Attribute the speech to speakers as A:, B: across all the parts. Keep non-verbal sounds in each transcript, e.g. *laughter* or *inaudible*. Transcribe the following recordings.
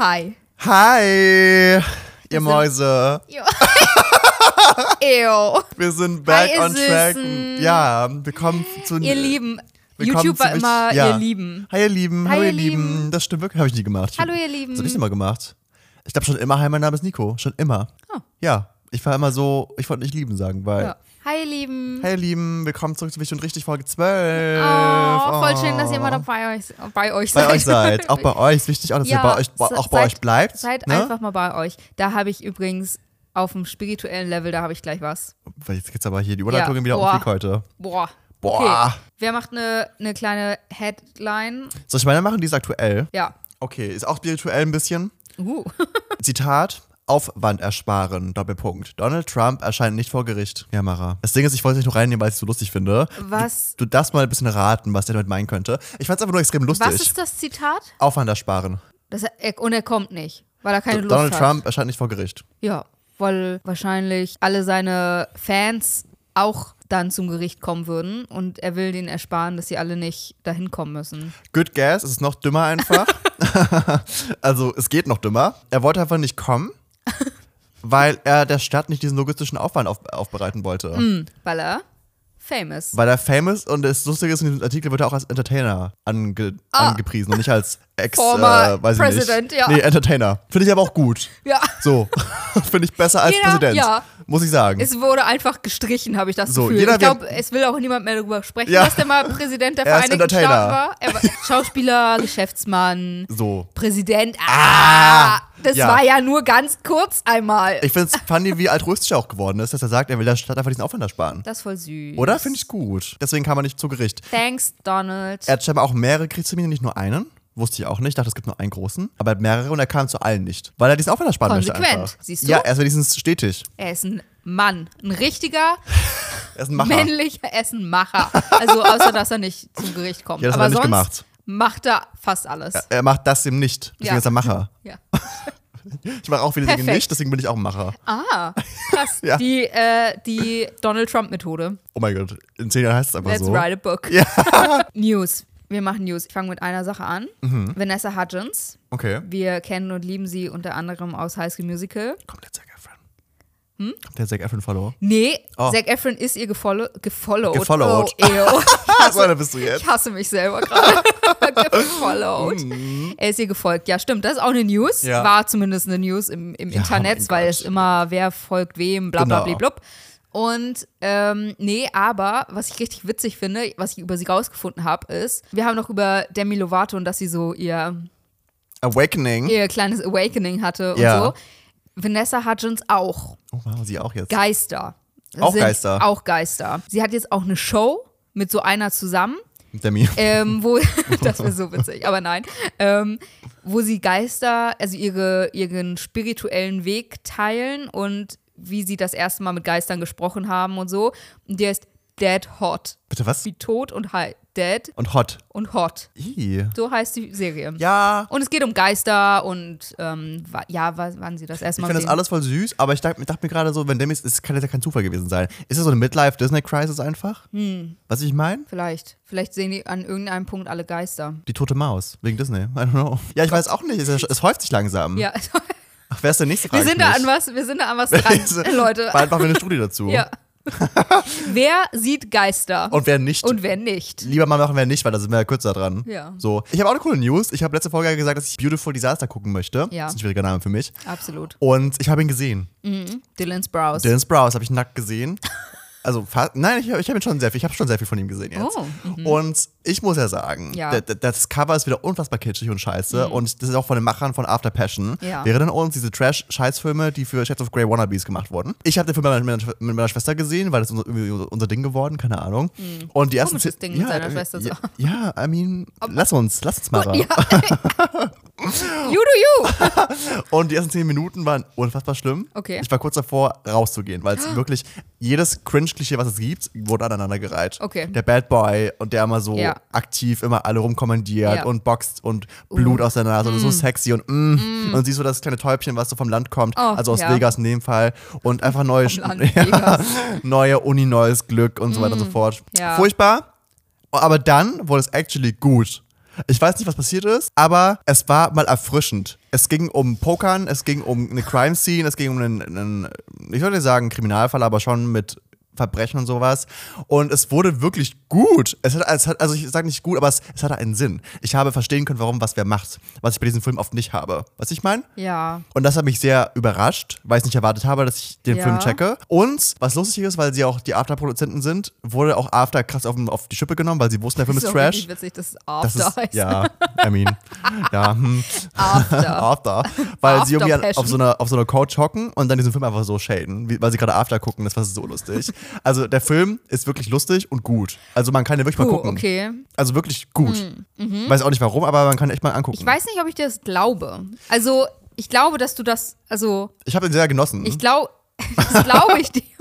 A: Hi.
B: Hi, ihr Mäuse.
A: Ew.
B: Wir sind back
A: Hi, ihr
B: on track.
A: Süßen.
B: Ja, wir kommen zu
A: Ihr Lieben.
B: wir kommen
A: YouTube war
B: zu-
A: immer
B: ja.
A: ihr Lieben.
B: Hi, ihr Lieben.
A: Hi,
B: Hallo,
A: ihr
B: ihr Lieben. Das stimmt wirklich, habe ich nie gemacht. Ich-
A: Hallo, ihr Lieben.
B: Das habe ich nicht mal gemacht. Ich glaube schon immer, hi, mein Name ist Nico. Schon immer.
A: Oh.
B: Ja, ich war immer so, ich wollte nicht Lieben sagen, weil.
A: Ja. Hi, ihr Lieben.
B: Hi, ihr Lieben, willkommen zurück zu Wichtig und Richtig, Folge 12.
A: Oh, voll schön, dass ihr immer noch bei euch, bei euch
B: bei
A: seid. *laughs*
B: euch seid. Auch bei euch ist wichtig, auch dass
A: Ja,
B: ihr bei euch,
A: se-
B: auch bei
A: seid-
B: euch bleibt.
A: Seid
B: ne?
A: einfach mal bei euch. Da habe ich übrigens auf dem spirituellen Level, da habe ich gleich was.
B: Weil Jetzt geht's aber hier die Überleitungen wieder auf
A: Boah.
B: den Krieg heute.
A: Boah.
B: Boah.
A: Okay. Wer macht eine ne kleine Headline?
B: Soll ich meine machen? Die ist aktuell.
A: Ja.
B: Okay, ist auch spirituell ein bisschen.
A: Uh. *laughs*
B: Zitat. Aufwand ersparen, Doppelpunkt. Donald Trump erscheint nicht vor Gericht. Ja, Mara. Das Ding ist, ich wollte es nicht nur reinnehmen, weil ich es so lustig finde.
A: Was,
B: Du darfst mal ein bisschen raten, was der damit meinen könnte. Ich fand es einfach nur extrem lustig.
A: was ist das Zitat?
B: Aufwand ersparen.
A: Das, er, und er kommt nicht, weil er keine Lust
B: Donald
A: hat.
B: Trump erscheint nicht vor Gericht.
A: Ja, weil wahrscheinlich alle seine Fans auch dann zum Gericht kommen würden und er will denen ersparen, dass sie alle nicht dahin kommen müssen.
B: Good guess, es ist noch
A: *laughs*
B: dümmer einfach. also, es geht noch dümmer. Er wollte einfach
A: *laughs*
B: nicht kommen, weil er der Stadt nicht diesen logistischen Aufwand auf, aufbereiten wollte.
A: Hm, Weil er famous.
B: Weil er famous und das Lustige ist, in diesem Artikel wird er auch als Entertainer ange
A: Ah.
B: angepriesen und nicht als Ex, äh,
A: Former
B: weiß ich
A: President,
B: nicht.
A: ja.
B: Nee, Entertainer. Finde ich aber auch gut.
A: Ja, *laughs*
B: So, *laughs* finde ich besser als
A: Jeder-
B: Präsident.
A: ja.
B: Muss ich sagen.
A: es wurde einfach gestrichen, habe ich das
B: So,
A: Gefühl.
B: jeder
A: ich glaube,
B: wird-
A: es will auch niemand mehr darüber sprechen,
B: Ja.
A: dass der mal Präsident der
B: *laughs* Er ist
A: Vereinigten Staaten
B: Entertainer.
A: war. Er war
B: *laughs*
A: Schauspieler, Geschäftsmann,
B: so.
A: Präsident. Ah,
B: Ah,
A: das
B: ja.
A: war ja nur ganz kurz einmal.
B: Ich finde es funny, wie altruistisch er auch geworden ist, dass er sagt, er will der Stadt einfach diesen Aufwand ersparen.
A: das ist voll süß.
B: Oder? Finde ich gut. Deswegen kam er nicht zu Gericht.
A: Thanks, Donald.
B: Er hat scheinbar auch mehrere Kriegstermine, nicht nur einen. Wusste ich auch nicht. Ich dachte, es gibt nur einen großen. Aber er hat mehrere und er kam zu allen nicht. Weil er diesen Aufwand ersparen möchte.
A: Konsequent,
B: Einfach.
A: siehst du?
B: Ja, er ist wenigstens stetig.
A: er ist ein Mann, ein richtiger
B: Er ist ein Macher.
A: männlicher Essenmacher. Also außer dass er nicht zum Gericht kommt.
B: Ja, das hat
A: Aber
B: er nicht
A: sonst
B: gemacht.
A: macht er fast alles. Ja.
B: Er macht das eben nicht. Deswegen
A: Ja.
B: ist er Macher. Ich mache auch viele Dinge
A: Perfekt.
B: nicht, deswegen bin ich auch ein Macher.
A: Ah, krass.
B: *laughs* Ja.
A: Die, äh, die Donald Trump Methode.
B: Oh mein Gott, in zehn Jahren heißt es einfach
A: Let's
B: so.
A: write a book. *laughs* News. Wir machen News. Ich fange mit einer Sache an.
B: Mhm.
A: Vanessa Hudgens.
B: Okay.
A: Wir kennen und lieben sie unter anderem aus High School Musical.
B: Kommt der Zac Efron? Hm? Kommt der Zac Efron Follower?
A: Nee,
B: Oh.
A: Zac Efron ist ihr gefollo gefollowed.
B: Gefollowed.
A: Oh, ew.
B: *laughs* Was einer bist du jetzt?
A: Ich hasse mich selber
B: *laughs*
A: gerade. gefollowed. Er ist ihr gefolgt. Ja, stimmt. Das ist auch eine News.
B: Mhm. Ja.
A: War zumindest eine News im, im
B: Ja, oh
A: Internet,
B: mein
A: weil
B: Gott.
A: es immer, wer folgt wem, bla bla
B: Genau.
A: bla blub. Und ähm, nee, aber was ich richtig witzig finde, was ich über sie rausgefunden habe, ist, wir haben noch über Demi Lovato und dass sie so ihr,
B: Awakening.
A: ihr kleines Awakening hatte und
B: Ja.
A: so. Vanessa Hudgens auch.
B: Oh wow, sie auch jetzt.
A: Geister.
B: Auch Geister.
A: Auch Geister. Sie hat jetzt auch eine Show mit so einer zusammen,
B: Demi.
A: ähm,
B: *laughs*
A: wo, *laughs* das wäre so witzig, aber nein, ähm, wo sie Geister, also ihre, ihren spirituellen Weg teilen und wie sie das erste Mal mit Geistern gesprochen haben und so. Und der ist Dead Hot.
B: Bitte was?
A: Wie tot und high. Dead
B: Und Hot.
A: und Hot.
B: I.
A: So heißt die Serie.
B: Ja.
A: Und es geht um Geister und ähm, wa- ja, wa- wann sie das erste
B: Ich
A: Mal
B: finde das
A: sehen.
B: alles voll süß, aber ich dachte, ich dachte mir gerade so, wenn Demi ist, ist- kann das ja kein Zufall gewesen sein. Ist das so eine Midlife-Disney-Crisis einfach? Hm. Was ich meine?
A: Vielleicht. Vielleicht sehen die an irgendeinem Punkt alle Geister.
B: Die tote Maus, wegen Disney. I don't know. Ja, ich weiß auch nicht. Es, es häuft sich langsam.
A: Ja, *laughs*
B: Ach, wer ist der nächste
A: wir
B: Frage
A: sind
B: ich
A: da
B: mich.
A: an was, wir sind da
B: *laughs*
A: an was dran, Leute.
B: Einfach eine Studie dazu. *laughs*
A: Ja. wer sieht Geister und,
B: Und wer nicht,
A: wer nicht?
B: lieber mal machen wir nicht, weil da sind wir ja kürzer dran.
A: Ja.
B: So. Ich habe auch eine coole News. Ich habe letzte Folge ja gesagt, dass ich Beautiful Disaster gucken möchte.
A: Ja.
B: Das ist ein schwieriger Name für mich.
A: Absolut.
B: Und ich habe ihn gesehen.
A: Dylan Sprouse.
B: Dylan Sprouse habe ich nackt gesehen. Also, fa- nein, ich, ich habe ihn schon sehr viel, ich habe schon sehr viel von ihm gesehen jetzt.
A: Oh,
B: und ich muss ja sagen,
A: Ja. Mhm.
B: da- da- das Cover ist wieder unfassbar kitschig und scheiße. Und das ist auch von den Machern von After Passion.
A: Ja.
B: Während uns diese Trash-Scheißfilme, die für Shades of Grey Wannabes gemacht wurden. Ich habe den Film mit meiner, mit meiner Schwester gesehen, weil das ist unser, irgendwie unser Ding geworden, keine Ahnung. Und die ersten
A: Mhm. Komisches
B: zehn-
A: Ding mit seiner Schwester zu
B: ja, ja, I mean, lass uns, lass uns mal.
A: *laughs*
B: ran.
A: ja.
B: *laughs*
A: you do you.
B: Und die ersten zehn Minuten waren unfassbar schlimm.
A: Okay. Ah.
B: Ich war kurz davor, rauszugehen, weil es wirklich jedes Cringe-Klischee, was es gibt, wurde aneinandergereiht.
A: Okay.
B: Der Bad Boy und der immer so
A: Ja.
B: aktiv immer alle rumkommandiert
A: Ja. Uh.
B: und boxt und Blut aus der Nase und so sexy und mm. Und siehst du das kleine Täubchen, was so vom Land kommt,
A: Oh,
B: also aus
A: ja.
B: Vegas in dem Fall. Und einfach neue, Sch-
A: Land,
B: *laughs* ja,
A: Vegas.
B: neue Uni, neues Glück und so weiter und so fort.
A: Ja.
B: Furchtbar. Aber dann wurde es actually gut. Ich weiß nicht, was passiert ist, aber es war mal erfrischend. Es ging um Pokern, es ging um eine Crime Scene, es ging um einen, einen ich würde nicht sagen Kriminalfall, aber schon mit Verbrechen und sowas. Und es wurde wirklich gut. Es hat, es hat also ich sage nicht gut, aber es, es hatte einen Sinn. Ich habe verstehen können, warum was wer macht, was ich bei diesem Film oft nicht habe. Was ich meine?
A: Ja.
B: Und das hat mich sehr überrascht, weil ich nicht erwartet habe, dass ich den
A: Ja.
B: Film checke. Und was lustig ist, weil sie auch die After-Produzenten sind, wurde auch After krass auf, auf die Schippe genommen, weil sie wussten, der Film ist
A: ist auch
B: Trash.
A: richtig witzig, dass es
B: Das
A: After
B: ist,
A: heißt.
B: ja, I mean,
A: *laughs*
B: ja, hm,
A: After.
B: After. Weil sie irgendwie an,
A: After-Passion.
B: auf so, einer, auf so einer Couch hocken und dann diesen Film einfach so shaden, wie- weil sie gerade After gucken. Das war so lustig. Also der Film ist wirklich lustig und gut. Also man kann den wirklich mal
A: Puh,
B: gucken.
A: okay. Hm, mhm.
B: Also wirklich gut. Weiß auch nicht warum, aber man kann echt mal angucken.
A: Ich weiß nicht, ob ich dir das glaube. Also, ich glaube, dass du das, also,
B: Ich habe den sehr genossen.
A: ich glaube, *laughs* das glaube ich dir. *laughs*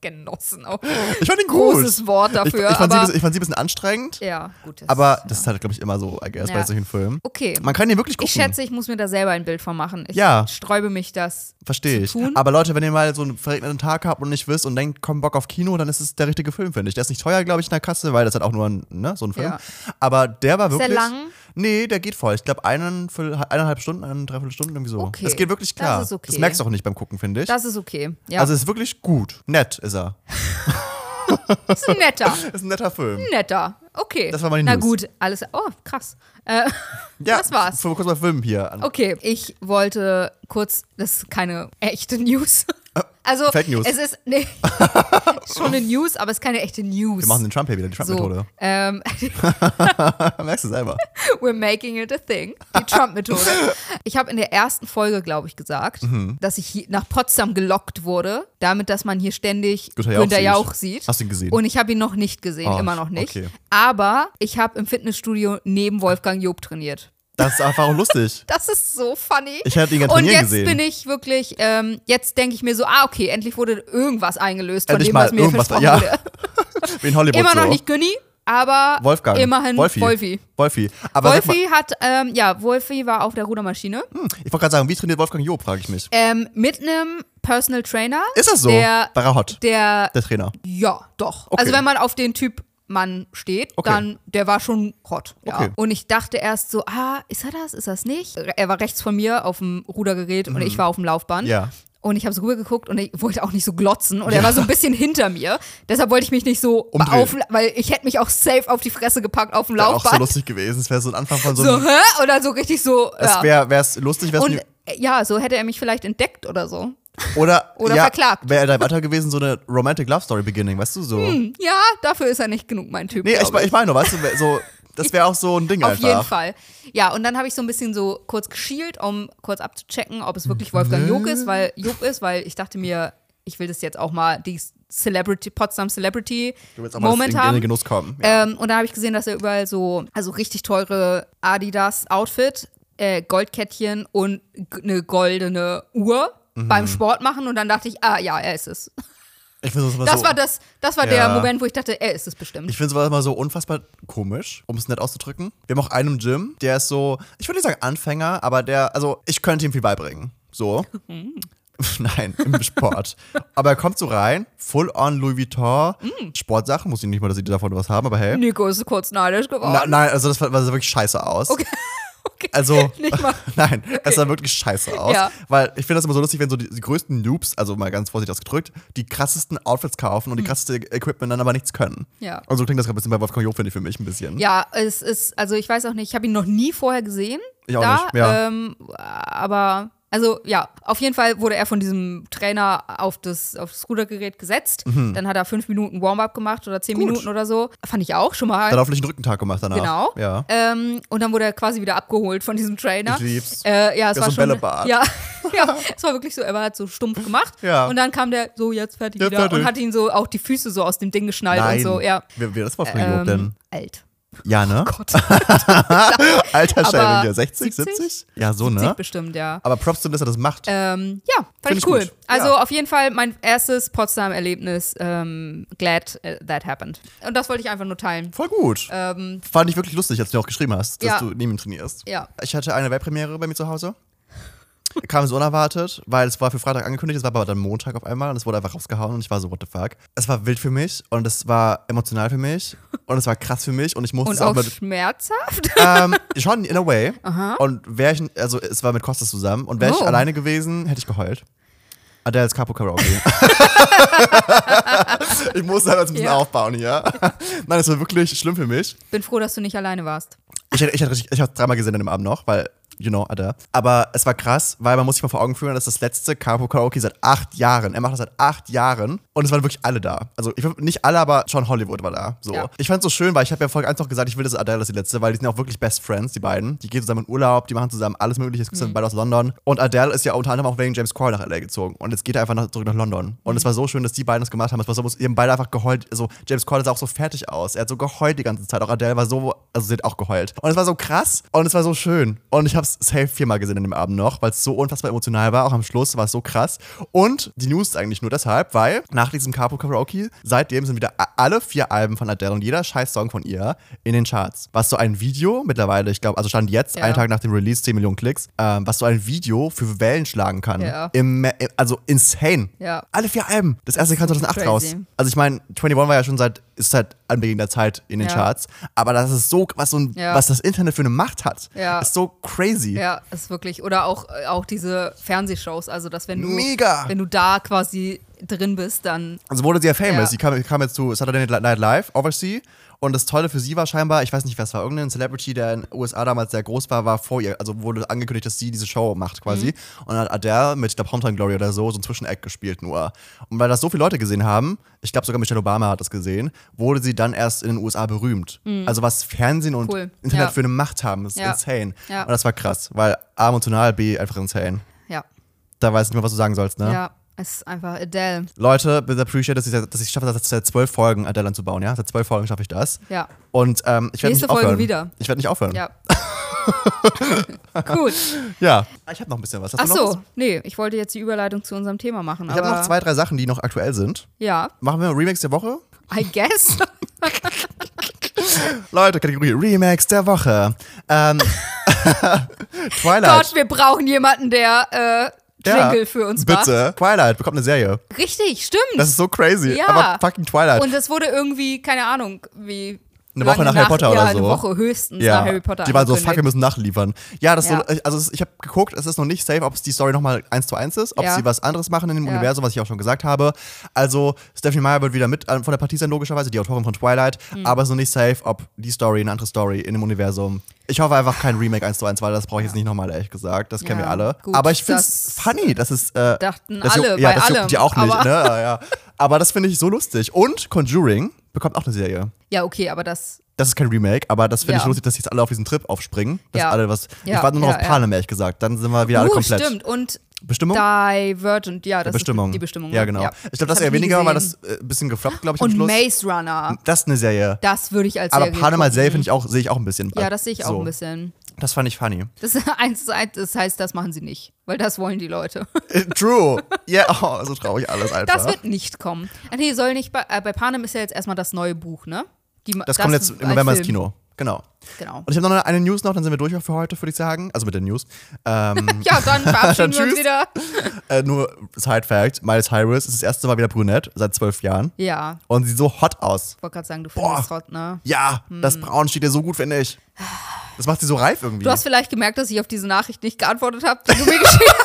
A: Genossen oh. auch.
B: Ich fand ihn gut.
A: Großes Wort dafür,
B: Ich, ich, fand sie,
A: aber-
B: bis- ich fand sie ein bisschen anstrengend,
A: Ja, gut. das-
B: aber das ist halt, glaube ich, immer so, I guess, bei
A: Ja.
B: solchen Filmen.
A: Okay.
B: Man kann ihn wirklich gucken.
A: Ich schätze, ich muss mir da selber ein Bild von machen. Ich
B: Ja.
A: sträube mich das.
B: Verstehe
A: zu
B: ich.
A: tun.
B: Aber Leute, wenn ihr mal so einen verregneten Tag habt und nicht wisst und denkt, komm, Bock auf Kino, dann ist es der richtige Film, finde ich. Der ist nicht teuer, glaube ich, in der Kasse, weil das hat auch nur ein, ne, so ein Film.
A: Ja.
B: Aber der war
A: der
B: wirklich.
A: lang?
B: Nee, der geht voll. Ich glaube, eineinhalb Stunden, eine dreiviertel Stunden irgendwie so.
A: Okay.
B: Es geht wirklich
A: Das
B: klar.
A: ist okay.
B: das merkst du auch nicht beim Gucken, finde ich.
A: Das ist okay. Ja.
B: Also, es ist wirklich gut. Nett
A: *laughs*
B: ist er.
A: das ist ein netter.
B: Ist ein netter Film.
A: Netter. Okay.
B: Das war meine
A: Na
B: News.
A: gut, alles. Oh, krass. Äh,
B: Ja,
A: das war's.
B: Für kurz mal Film hier. an.
A: Okay, ich wollte kurz, das ist keine echte News. Also,
B: Äh, Fake News.
A: es ist
B: *laughs*
A: nee, schon eine News, aber es ist keine echte News.
B: Wir machen den Trump hier wieder, die
A: so,
B: Trump-Methode.
A: ähm, *laughs*
B: Merkst du selber.
A: We're making it a thing. Die Trump-Methode.
B: *laughs*
A: Ich habe in der ersten Folge, glaube ich, gesagt,
B: Mhm.
A: dass ich hier nach Potsdam gelockt wurde, damit, dass man hier ständig
B: Günther Jauch
A: Günther
B: sieht.
A: Jauch sieht.
B: Hast du ihn gesehen?
A: Und ich habe ihn noch nicht gesehen,
B: Ah,
A: immer noch nicht.
B: okay.
A: Aber ich habe im Fitnessstudio neben Wolfgang Job trainiert.
B: Das ist einfach auch lustig.
A: Das ist so funny.
B: Ich hätte ihn gerne
A: Und
B: trainieren
A: jetzt
B: gesehen.
A: bin ich wirklich, ähm, jetzt denke ich mir so, ah, okay, endlich wurde irgendwas eingelöst von
B: Endlich
A: dem,
B: mal
A: was mir
B: irgendwas-
A: versprochen
B: ja, *laughs*
A: wurde.
B: Wie in Hollywood
A: Immer
B: so.
A: noch nicht Günni, aber
B: Wolfgang.
A: immerhin
B: Wolfi.
A: Wolfi.
B: Wolfi. Aber sag mal,
A: Wolfi hat, ähm, ja, Wolfi war auf der Rudermaschine
B: ich wollte gerade sagen, wie trainiert Wolfgang Jo, frage ich mich.
A: ähm, mit einem Personal Trainer,
B: Ist das so?
A: der-
B: War er hot,
A: der,
B: der Trainer.
A: ja, doch.
B: Okay.
A: Also wenn man auf den Typ Mann steht,
B: Okay.
A: dann der war schon hot. Ja.
B: Okay.
A: Und ich dachte erst so, ah, ist er das, ist das nicht? Er war rechts von mir auf dem Rudergerät und ich war auf dem Laufband.
B: Mhm. Ja.
A: Und ich habe so rübergeguckt und ich wollte auch nicht so glotzen und er war so ein bisschen hinter mir. Deshalb wollte ich mich nicht so
B: Umdrehen.
A: auf, weil ich hätte mich auch safe auf die Fresse gepackt auf dem
B: Wäre auch so
A: Laufband.
B: lustig gewesen. Es wäre so ein Anfang von so
A: So,
B: einem.
A: hä? Oder so richtig so.
B: Es
A: ja.
B: wäre wär's lustig, wär's
A: Und
B: nie,
A: äh, ja, so hätte er mich vielleicht entdeckt oder so.
B: oder,
A: oder
B: ja,
A: verklagt.
B: Wäre er da weiter gewesen, so eine Romantic Love Story Beginning, weißt du so.
A: Hm, Ja, dafür ist er nicht genug, mein Typ.
B: nee, ich,
A: glaub
B: mein- ich meine, nur, weißt du, wär- so, das wäre auch so ein Ding
A: Auf
B: einfach.
A: jeden Fall. Ja, und dann habe ich so ein bisschen so kurz geschielt, um kurz abzuchecken, ob es wirklich Wolfgang Job ist, weil Job ist, weil ich dachte mir, ich will das jetzt auch mal die Celebrity, Potsdam Celebrity
B: Du willst auch mal
A: Moment
B: in, in den
A: haben.
B: Genuss kommen. Ja.
A: Ähm, und da habe ich gesehen, dass er überall so, also richtig teure Adidas-Outfit, äh, Goldkettchen und g- eine goldene Uhr
B: Mhm.
A: beim Sport machen. Und dann dachte ich, ah ja, er ist es.
B: ich finde sowas,
A: Das
B: so,
A: war das, das war der
B: Ja.
A: Moment, wo ich dachte, er ist es bestimmt.
B: ich find sowas immer so unfassbar komisch, um es nett auszudrücken. Wir haben auch einen im Gym, der ist so, ich würde nicht sagen Anfänger, aber der, also ich könnte ihm viel beibringen. So. *laughs* Nein, im Sport. aber er kommt so rein, full on Louis Vuitton, Sportsachen, muss ich nicht mal, dass sie davon was haben, aber hey.
A: Nico ist kurz neidisch geworden.
B: Na, nein, also das war- sah wirklich scheiße aus.
A: Okay. *laughs* okay.
B: Also,
A: *laughs* Nicht mal.
B: *laughs* nein, es sah wirklich scheiße aus.
A: Ja.
B: Weil ich finde das immer so lustig, wenn so die, die größten Noobs, also mal ganz vorsichtig ausgedrückt, die krassesten Outfits kaufen und die krasseste Equipment dann aber nichts können.
A: Hm. Ja.
B: Und so klingt das gerade ein bisschen bei Wolfgang Job, finde ich, für mich ein bisschen.
A: Ja, es ist, also ich weiß auch nicht, ich habe ihn noch nie vorher gesehen.
B: Ich auch
A: da,
B: nicht, ja.
A: Ähm, aber, also ja, auf jeden Fall wurde er von diesem Trainer auf das, auf das Rudergerät gesetzt. Dann hat er fünf Minuten Warm-up gemacht oder zehn
B: Mhm. Gut.
A: Minuten oder so. Fand ich auch schon mal.
B: Hat er hoffentlich einen Rückentag gemacht danach.
A: Genau.
B: Ja.
A: Ähm, und dann wurde er quasi wieder abgeholt von diesem Trainer.
B: Ich lieb's.
A: Äh, ja, es
B: Das
A: war
B: ist so ein
A: schon.
B: Bällebad. *laughs*
A: Ja, ja, es war wirklich so. Er war halt so stumpf gemacht.
B: Ja.
A: Und dann kam der so jetzt fertig
B: Jetzt
A: wieder
B: fertig.
A: und hat ihn so auch die Füße so aus dem Ding geschnallt
B: Nein.
A: und so. Ja.
B: Wer, wer ist Wolfgang Job denn?
A: Ähm, alt.
B: Ja, ne?
A: Gott.
B: *laughs*
A: *laughs*
B: Alter
A: aber
B: Scheibe hier. 60, 70?
A: 70?
B: Ja, so, ne?
A: Sieht bestimmt, ja.
B: Aber Props zu dass er das macht.
A: Ähm, ja,
B: Find
A: fand
B: ich
A: ich cool.
B: gut.
A: Also
B: Ja.
A: auf jeden Fall mein erstes Potsdam-Erlebnis. Ähm, glad äh, that happened. Und das wollte ich einfach nur teilen.
B: Voll gut.
A: Ähm,
B: Fand ich wirklich lustig, als du mir auch geschrieben hast, dass
A: Ja.
B: du neben ihm trainierst.
A: ja.
B: Ich hatte eine Weltpremiere bei mir zu Hause. Kam so unerwartet, weil es war für Freitag angekündigt, es war aber dann Montag auf einmal und es wurde einfach rausgehauen und ich war so, what the fuck. Es war wild für mich und es war emotional für mich und es war krass für mich und ich musste
A: Und
B: es auch
A: auch
B: mit.
A: schmerzhaft? *laughs*
B: ähm, schon in a way. Und wäre ich, also es war mit Kostas zusammen und wäre ich
A: Oh.
B: alleine gewesen, hätte ich geheult. Adele's Capo
A: *laughs*
B: Karaoke. ich muss da jetzt ein bisschen
A: Ja.
B: aufbauen hier. Nein, es war wirklich schlimm für mich.
A: Bin froh, dass du nicht alleine warst.
B: Ich hätte ich hätte richtig, ich habe dreimal gesehen an dem Abend noch, weil you know Adele. Aber es war krass, weil man muss sich mal vor Augen führen, das ist das letzte Capo Karaoke seit acht Jahren. Er macht das seit acht Jahren und es waren wirklich alle da. Also ich würd- nicht alle, aber schon Hollywood war da. So.
A: Ja.
B: Ich fand es so schön, weil ich habe ja Folge 1 noch gesagt, ich will, dass Adele ist die letzte, weil die sind ja auch wirklich Best Friends, die beiden. Die gehen zusammen in Urlaub, die machen zusammen alles Mögliche. Es gibt mhm. beide aus London und Adele ist ja unter anderem auch wegen James Corden nach LA gezogen und jetzt geht er einfach nach, zurück nach London. Und es war so schön, dass die beiden das gemacht haben. Es war so, die haben beide einfach geheult. Also James Corden sah auch so fertig aus. Er hat so geheult die ganze Zeit. Auch Adele war so, also sie hat auch geheult. Und es war so krass und es war so schön. Und ich habe es safe viermal gesehen an dem Abend noch, weil es so unfassbar emotional war. Auch am Schluss war es so krass. Und die News ist eigentlich nur deshalb, weil nach diesem Capo Karaoke, seitdem sind wieder a- alle vier Alben von Adele und jeder scheiß Song von ihr in den Charts. Was so ein Video mittlerweile, ich glaube, also stand jetzt,
A: Ja.
B: einen Tag nach dem Release, 10 Millionen Klicks, ähm, was so ein Video für Wellen schlagen kann.
A: Ja.
B: Im, im- also insane.
A: Ja.
B: Alle vier Alben. Das erste kam 2008 raus.
A: crazy.
B: Also ich meine, 21 war ja schon seit, ist seit Anbeginn der Zeit in den
A: Ja.
B: Charts. Aber das ist so, was, so ein,
A: Ja.
B: was das Internet für eine Macht hat.
A: Ja.
B: Ist so crazy.
A: Ja, ist wirklich. Oder auch, äh, auch diese Fernsehshows, also dass wenn du,
B: Mega.
A: wenn du da quasi drin bist, dann
B: Also wurde sie ja famous.
A: Ja.
B: Sie kam, kam jetzt zu Saturday Night Live, obviously. Und das Tolle für sie war scheinbar, ich weiß nicht, was war, irgendein Celebrity, der in den USA damals sehr groß war, war vor ihr. Also wurde angekündigt, dass sie diese Show macht quasi.
A: Mhm.
B: Und dann hat Adele mit der Hometown Glory oder so, so ein Zwischeneck gespielt nur. Und weil das so viele Leute gesehen haben, ich glaube sogar Michelle Obama hat das gesehen, wurde sie dann erst in den USA berühmt. Also was Fernsehen und
A: Mhm. Cool.
B: Internet
A: Ja.
B: für eine Macht haben, ist
A: Ja.
B: insane.
A: Ja.
B: Und das war krass, weil A emotional, B einfach insane.
A: ja.
B: Da weiß ich nicht mehr, was du sagen sollst, ne?
A: Ja. es ist einfach Adele.
B: Leute, bitte appreciate, dass ich, dass ich schaffe, seit zwölf Folgen Adele anzubauen, ja? Seit zwölf Folgen schaffe ich das.
A: Ja.
B: Und ähm, ich
A: Nächste
B: werde nicht aufhören.
A: Folge wieder.
B: Ich werde nicht aufhören. Ja. *laughs*
A: Ja. Gut.
B: Ah, Ich habe noch ein bisschen was. Hast
A: Ach
B: du noch was?
A: so, nee, ich wollte jetzt die Überleitung zu unserem Thema machen.
B: Ich
A: aber
B: habe noch zwei, drei Sachen, die noch aktuell sind.
A: Ja,
B: Machen wir Remix der Woche?
A: I
B: *laughs*
A: guess. *laughs*
B: Leute, Kategorie Remix der Woche. Ähm, *laughs* Twilight.
A: Gott, wir brauchen jemanden, der äh,
B: Ja,
A: Jingle für uns macht.
B: Bitte. Twilight bekommt eine Serie.
A: Richtig, stimmt.
B: Das ist so crazy.
A: Ja.
B: Aber fucking Twilight.
A: Und das wurde irgendwie, keine Ahnung, wie.
B: Eine
A: lange
B: Woche nach Harry Potter
A: ja,
B: oder
A: Eine
B: so.
A: Woche höchstens nach Harry Potter.
B: Die waren so, fuck, wir
A: angekündigt.
B: müssen nachliefern. Ja, das
A: Ja.
B: So, also es- ich habe geguckt, es ist noch nicht safe, ob es die Story nochmal eins zu eins ist, ob
A: Ja.
B: sie was anderes machen in dem
A: Ja.
B: Universum, was ich auch schon gesagt habe. Also Stephanie Meyer wird wieder mit an- von der Partie sein, logischerweise, die Autorin von Twilight,
A: Mhm.
B: aber es ist noch nicht safe, ob die Story eine andere Story in dem Universum. Ich hoffe einfach kein Remake eins zu eins, weil das brauche ich jetzt nicht nochmal, ehrlich gesagt. Das kennen
A: Ja,
B: wir alle.
A: gut,
B: aber ich finde es
A: das
B: funny, dass es. Äh,
A: dachten
B: das
A: alle
B: juckt- ja,
A: bei
B: das juckt
A: allem,
B: die auch nicht,
A: aber-
B: ne? Ja, ja. Aber das finde ich so lustig. Und Conjuring bekommt auch eine Serie.
A: Ja, okay, aber das.
B: Das ist kein Remake, aber das finde ich
A: Ja.
B: lustig, dass jetzt alle auf diesen Trip aufspringen. Dass
A: Ja.
B: alle was. Ich
A: Ja,
B: warte nur noch
A: ja,
B: auf
A: ja.
B: Panem, ehrlich gesagt. Dann sind wir wieder alle
A: uh,
B: komplett.
A: stimmt. Und
B: Bestimmung?
A: Divergent, ja, das
B: Bestimmung.
A: ist die Bestimmung.
B: Ja, genau. Ich glaube, das
A: hab
B: ist eher
A: ich nie
B: weniger, weil das
A: gesehen.
B: äh, ein bisschen gefloppt, glaube ich, am
A: Und
B: Schluss.
A: Maze Runner,
B: Das ist eine Serie.
A: das würde ich als
B: aber
A: Serie
B: Panem als
A: gucken.
B: Serie finde ich auch, sehe ich auch ein bisschen.
A: Mhm. Ja, das sehe ich auch
B: So.
A: ein bisschen.
B: Das fand ich funny.
A: Das, *laughs* ist eins zu eins, das heißt, das machen sie nicht, weil das wollen die Leute.
B: Äh,
A: *laughs*
B: True. Ja, oh, so traurig alles einfach.
A: Das wird nicht kommen. Ah, Nee, soll nicht. Bei, äh, bei Panem ist ja jetzt erstmal das neue Buch, ne? Die,
B: Das kommt jetzt im November
A: als
B: ins
A: Film.
B: Kino. Genau.
A: Genau.
B: Und ich habe noch eine News noch, dann sind wir durch auch für heute, würde ich sagen. Also mit den News. Ähm,
A: Genau. *laughs* Ja,
B: *laughs*
A: dann verabschieden wir uns
B: Tschüss.
A: wieder.
B: äh, nur Side Fact: Miles Cyrus ist das erste Mal wieder brünett seit zwölf Jahren.
A: Ja,
B: Und sieht so hot aus.
A: wollte gerade sagen, du
B: Boah.
A: findest Rott, ne?
B: Ja, das Braun steht dir so gut, finde ich. Das macht sie so reif irgendwie.
A: Du hast vielleicht gemerkt, dass ich auf diese Nachricht nicht geantwortet habe, die du mir
B: *laughs*
A: geschickt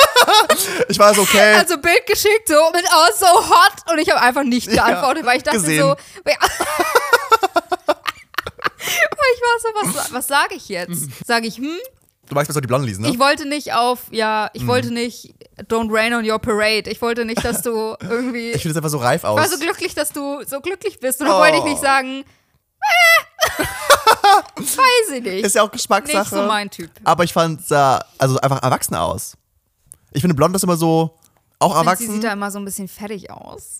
A: hast.
B: ich war so, okay.
A: *laughs* Also Bild geschickt, so mit oh, so hot. Und ich habe einfach
B: *laughs*
A: nicht geantwortet, weil ich dachte
B: gesehen.
A: so. Ja. *laughs* Weil ich war so, was, was sage ich jetzt?
B: Mhm.
A: Sage ich, hm?
B: du magst mir so die Blonde lesen, ne?
A: Ich wollte nicht auf, ja, ich wollte
B: Mhm.
A: nicht Don't Rain on Your Parade. Ich wollte nicht, dass
B: *laughs*
A: du irgendwie.
B: Ich finde es einfach so reif aus.
A: war so glücklich, dass du so glücklich bist. Und dann
B: Oh.
A: wollte ich nicht sagen,
B: *laughs*
A: äh, weiß ich nicht.
B: ist ja auch Geschmackssache.
A: nicht so mein Typ.
B: Aber ich fand sah also einfach erwachsen aus. Ich finde Blond ist immer so auch
A: Ich find, Sie
B: erwachsen.
A: sieht da immer so ein bisschen fertig aus.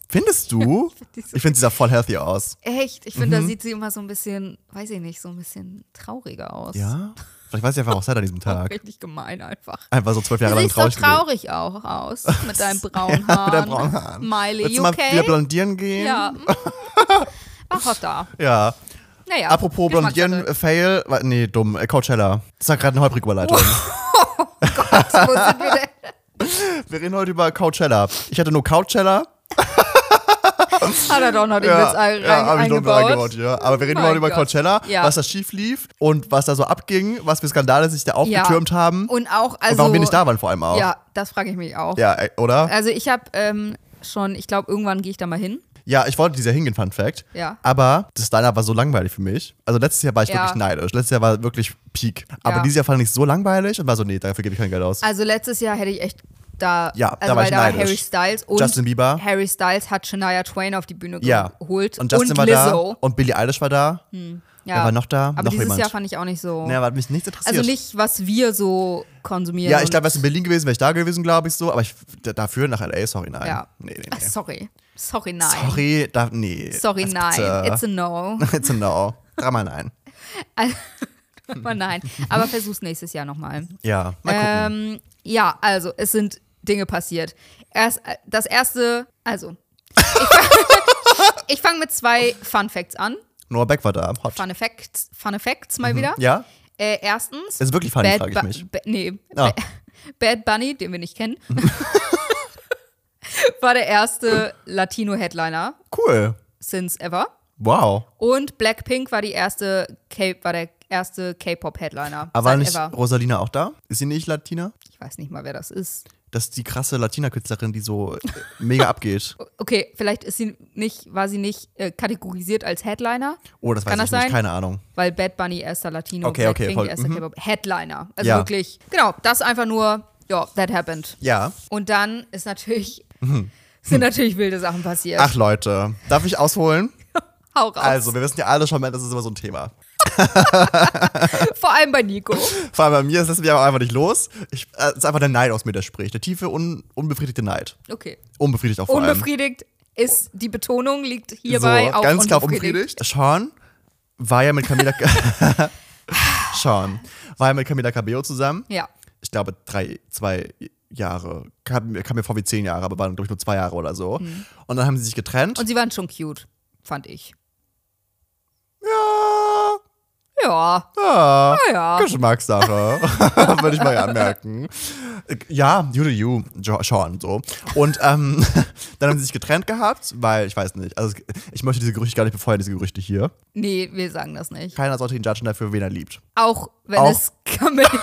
A: *laughs*
B: Findest du?
A: die so-
B: ich finde sie sah voll healthy aus.
A: Echt, ich
B: Mhm.
A: finde, da sieht sie immer so ein bisschen, weiß ich nicht, so ein bisschen trauriger aus.
B: Ja? Vielleicht weiß ich einfach auch seit an diesem Tag.
A: Richtig gemein einfach.
B: Einfach so zwölf Jahre
A: Du
B: lang
A: siehst doch
B: traurig. gewesen.
A: traurig auch
B: *laughs*
A: aus mit deinem braunen Haaren.
B: mit deinen braunen Haaren.
A: Miley,
B: Willst du
A: you
B: mal wieder
A: okay?
B: blondieren gehen? *laughs*
A: Ja. *laughs* mm. War hot da.
B: Ja.
A: Naja.
B: Apropos
A: Geschmackssache.
B: Blondieren-Fail.
A: *laughs*
B: äh, Nee, dumm. äh, Coachella. Das war gerade eine holprige Überleitung. *laughs*
A: Wo sind wir denn?
B: Wir reden heute über Coachella. Ich hatte nur Coachella.
A: Hat er doch noch den Witz ein,
B: ja,
A: rein,
B: hab ich noch
A: eingebaut.
B: mit
A: Oh
B: reingebaut, ja. Aber wir reden
A: Mein
B: heute über
A: Gott.
B: Coachella,
A: Ja.
B: was da schief lief und was da so abging, was für Skandale sich da aufgetürmt haben und,
A: Und auch, also.
B: warum wir nicht da waren vor allem auch.
A: Ja, das frage ich mich auch.
B: Ja, äh, oder?
A: Also ich habe ähm, schon, ich glaube, irgendwann gehe ich da mal hin.
B: Ja, ich wollte dieser hingehen, Fun Fact.
A: Ja.
B: Aber das Line-Up war so langweilig für mich. Also letztes Jahr war ich
A: Ja.
B: wirklich neidisch. Letztes Jahr war wirklich Peak. Aber
A: Ja.
B: dieses Jahr fand ich es so langweilig und war so, nee, dafür gebe ich kein Geld aus.
A: Also letztes Jahr hätte ich echt da,
B: Ja, da
A: also
B: war
A: weil
B: ich
A: da war
B: neidisch.
A: Harry Styles und
B: Justin Bieber.
A: Harry Styles hat Shania Twain auf die Bühne
B: ja.
A: geholt
B: Und Justin war
A: Lizzo. Hm.
B: da. Und Billie Eilish war da.
A: Ja.
B: Wer war noch da?
A: Aber
B: noch
A: dieses
B: jemand.
A: Jahr fand ich auch nicht so.
B: naja, hat mich nichts interessiert.
A: also nicht, was wir so konsumieren.
B: ja, ich
A: und- *laughs*
B: glaube, wärst du in Berlin gewesen, wäre ich da gewesen, glaube ich so. Aber ich, d- dafür nach L.A., sorry, nein.
A: Ja.
B: Nee, nee,
A: Ach,
B: nee.
A: Ah, sorry. Sorry, nein.
B: Sorry, da, nee.
A: Sorry,
B: Also
A: nein.
B: bitte.
A: It's a no. *laughs*
B: *laughs* It's a no. Dreimal nein.
A: Aber nein. Aber versuch's nächstes Jahr nochmal.
B: Ja, mal gucken.
A: Ähm, ja, also es sind Dinge passiert. Erst, äh, das erste, also *laughs* ich, fang- ich fange mit zwei Fun Facts an.
B: Noah Beck war da. Hot.
A: Fun Facts, Fun Facts mal wieder.
B: Mhm. Ja?
A: Äh, erstens.
B: Ist wirklich funny, frage
A: Bad
B: ich
A: Bu-
B: mich.
A: Ba- nee,
B: Ah. Mhm.
A: Ba- *laughs* Bad Bunny, den wir nicht kennen, *laughs* war der erste Latino-Headliner
B: Cool.
A: since ever.
B: Wow.
A: Und Blackpink war die erste K war der erste K-Pop-Headliner.
B: Aber war
A: seit
B: nicht
A: ever.
B: Rosalina auch da? Ist sie nicht Latina?
A: Ich weiß nicht mal, wer das ist.
B: Das ist die krasse Latina-Künstlerin, die so äh, mega abgeht.
A: Okay, vielleicht ist sie nicht, war sie nicht äh, kategorisiert als Headliner,
B: Oh, das weiß
A: Kann
B: ich
A: das
B: nicht,
A: sein?
B: keine Ahnung.
A: weil Bad Bunny erster Latino,
B: Okay, okay,
A: Blackpink
B: voll,
A: erster
B: mhm.
A: K-Pop Headliner. Also
B: Ja.
A: wirklich, genau, das einfach nur, ja, that happened.
B: Ja.
A: Und dann ist natürlich, sind natürlich wilde Sachen passiert.
B: Mhm. Hm. Ach Leute, darf ich ausholen?
A: Hau raus.
B: Also, wir wissen ja alle schon, das ist immer so ein Thema.
A: Vor allem bei
B: *laughs*
A: Nico.
B: Vor allem bei mir, das lässt mich aber einfach nicht los. Ich, äh, es ist einfach der Neid aus mir, der spricht. Der tiefe, un, unbefriedigte Neid.
A: Okay.
B: Unbefriedigt auch vor allem.
A: Unbefriedigt ist die Betonung, liegt hierbei
B: so,
A: auch
B: ganz klar
A: unbefriedigt.
B: unbefriedigt. Sean war ja mit Camila...
A: *laughs*
B: Sean war ja mit Camila Cabello zusammen.
A: Ja.
B: ich glaube, drei, zwei Jahre. Kam, mir- kam mir vor wie zehn Jahre, aber waren, glaube ich, nur zwei Jahre oder so. Und dann haben sie sich getrennt.
A: Mhm. Und sie waren schon cute, fand ich.
B: ja,
A: Ja.
B: ja,
A: ja.
B: Geschmackssache, *laughs* würde ich mal anmerken. Ja, you do you, Jo- Sean, so. Und ähm, *laughs* dann haben sie sich getrennt gehabt, weil, ich weiß nicht, also ich möchte diese Gerüchte gar nicht befeuern, diese Gerüchte hier.
A: Nee, wir sagen das nicht.
B: Keiner sollte ihn judgen dafür, wen er liebt.
A: Auch wenn
B: Auch-
A: es Camilla
B: *laughs*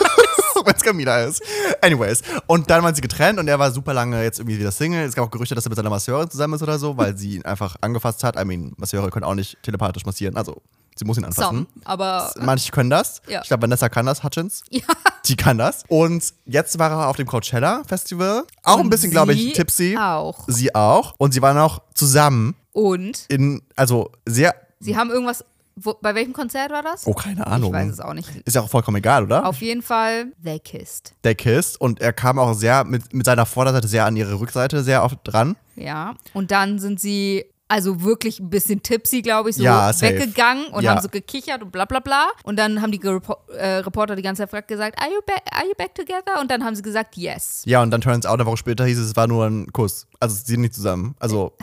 B: wenn es Camila ist. Anyways. Und dann waren sie getrennt und er war super lange jetzt irgendwie wieder Single. Es gab auch Gerüchte, dass er mit seiner Masseurin zusammen ist oder so, weil sie ihn einfach angefasst hat. I mean, Masseure können auch nicht telepathisch massieren. Also, sie muss ihn anfassen.
A: Some, aber
B: Manche können das.
A: Ja.
B: Ich glaube, Vanessa kann das, Hutchins.
A: *laughs* ja,
B: Die kann das. Und jetzt war er auf dem Coachella Festival. Auch ein
A: Und
B: bisschen, glaube
A: sie
B: ich, tipsy.
A: auch.
B: Sie auch. Und sie waren auch zusammen
A: und
B: in, also sehr.
A: sie haben irgendwas wo, bei welchem Konzert war das?
B: Oh, keine Ahnung.
A: Ich weiß es auch nicht.
B: Ist ja auch vollkommen egal, oder?
A: Auf jeden Fall they kissed.
B: der Kiss und er kam auch sehr mit, mit seiner Vorderseite sehr an ihre Rückseite sehr oft dran.
A: Ja, und dann sind sie also wirklich ein bisschen tipsy, glaube ich, so
B: Ja, safe.
A: weggegangen und
B: Ja.
A: haben so gekichert und bla bla bla. Und dann haben die Gerepo- äh, Reporter die ganze Zeit gefragt, gesagt, are you, ba are you back together? Und dann haben sie gesagt, yes.
B: Ja, und dann turns out, eine Woche später hieß es, es war nur ein Kuss. Also sie sind nicht zusammen.
A: *laughs*
B: Also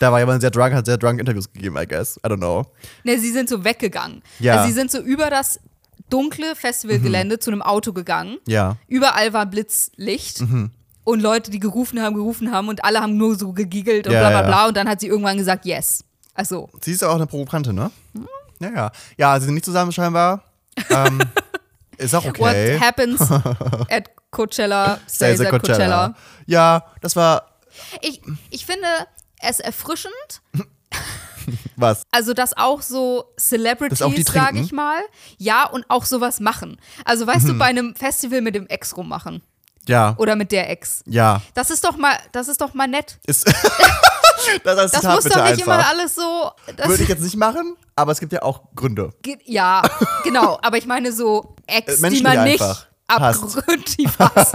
B: da war jemand sehr drunk, hat sehr drunk Interviews gegeben, I guess. I don't know.
A: Ne, sie sind so weggegangen.
B: Ja. Mhm.
A: Also sie sind so über das dunkle Festivalgelände zu einem Auto gegangen.
B: Ja.
A: Überall war Blitzlicht.
B: Mhm.
A: Und Leute, die gerufen haben, gerufen haben und alle haben nur so gegiggelt und
B: Ja,
A: bla bla
B: ja.
A: bla. Und dann hat sie irgendwann gesagt, yes. Also,
B: Sie ist ja auch eine Provokante, ne? Ja, ja. Ja, sie sind nicht zusammen scheinbar.
A: *laughs*
B: Ähm, ist auch okay.
A: what
B: *laughs*
A: happens at Coachella stays,
B: Stays at
A: at Coachella.
B: Ja, das war
A: Ich, ich finde es erfrischend,
B: was.
A: also dass auch so Celebrities,
B: Dass auch die
A: sage
B: trinken? Mhm.
A: ich mal, ja, und auch sowas machen. Also weißt du, bei einem Festival mit dem Ex rummachen
B: Ja.
A: oder mit der Ex.
B: Ja.
A: Das ist doch mal, das ist doch mal nett.
B: Ist, *laughs* das als
A: Das
B: Zitat
A: muss
B: bitte
A: doch nicht
B: einfach.
A: immer alles so. Das
B: Würde ich jetzt nicht machen, aber es gibt ja auch Gründe.
A: geht, ja,
B: *laughs*
A: genau. Aber ich meine so Ex,
B: Äh, Menschen,
A: die man
B: die
A: nicht
B: einfach hasst.
A: abgrundtief
B: *laughs*
A: hasst.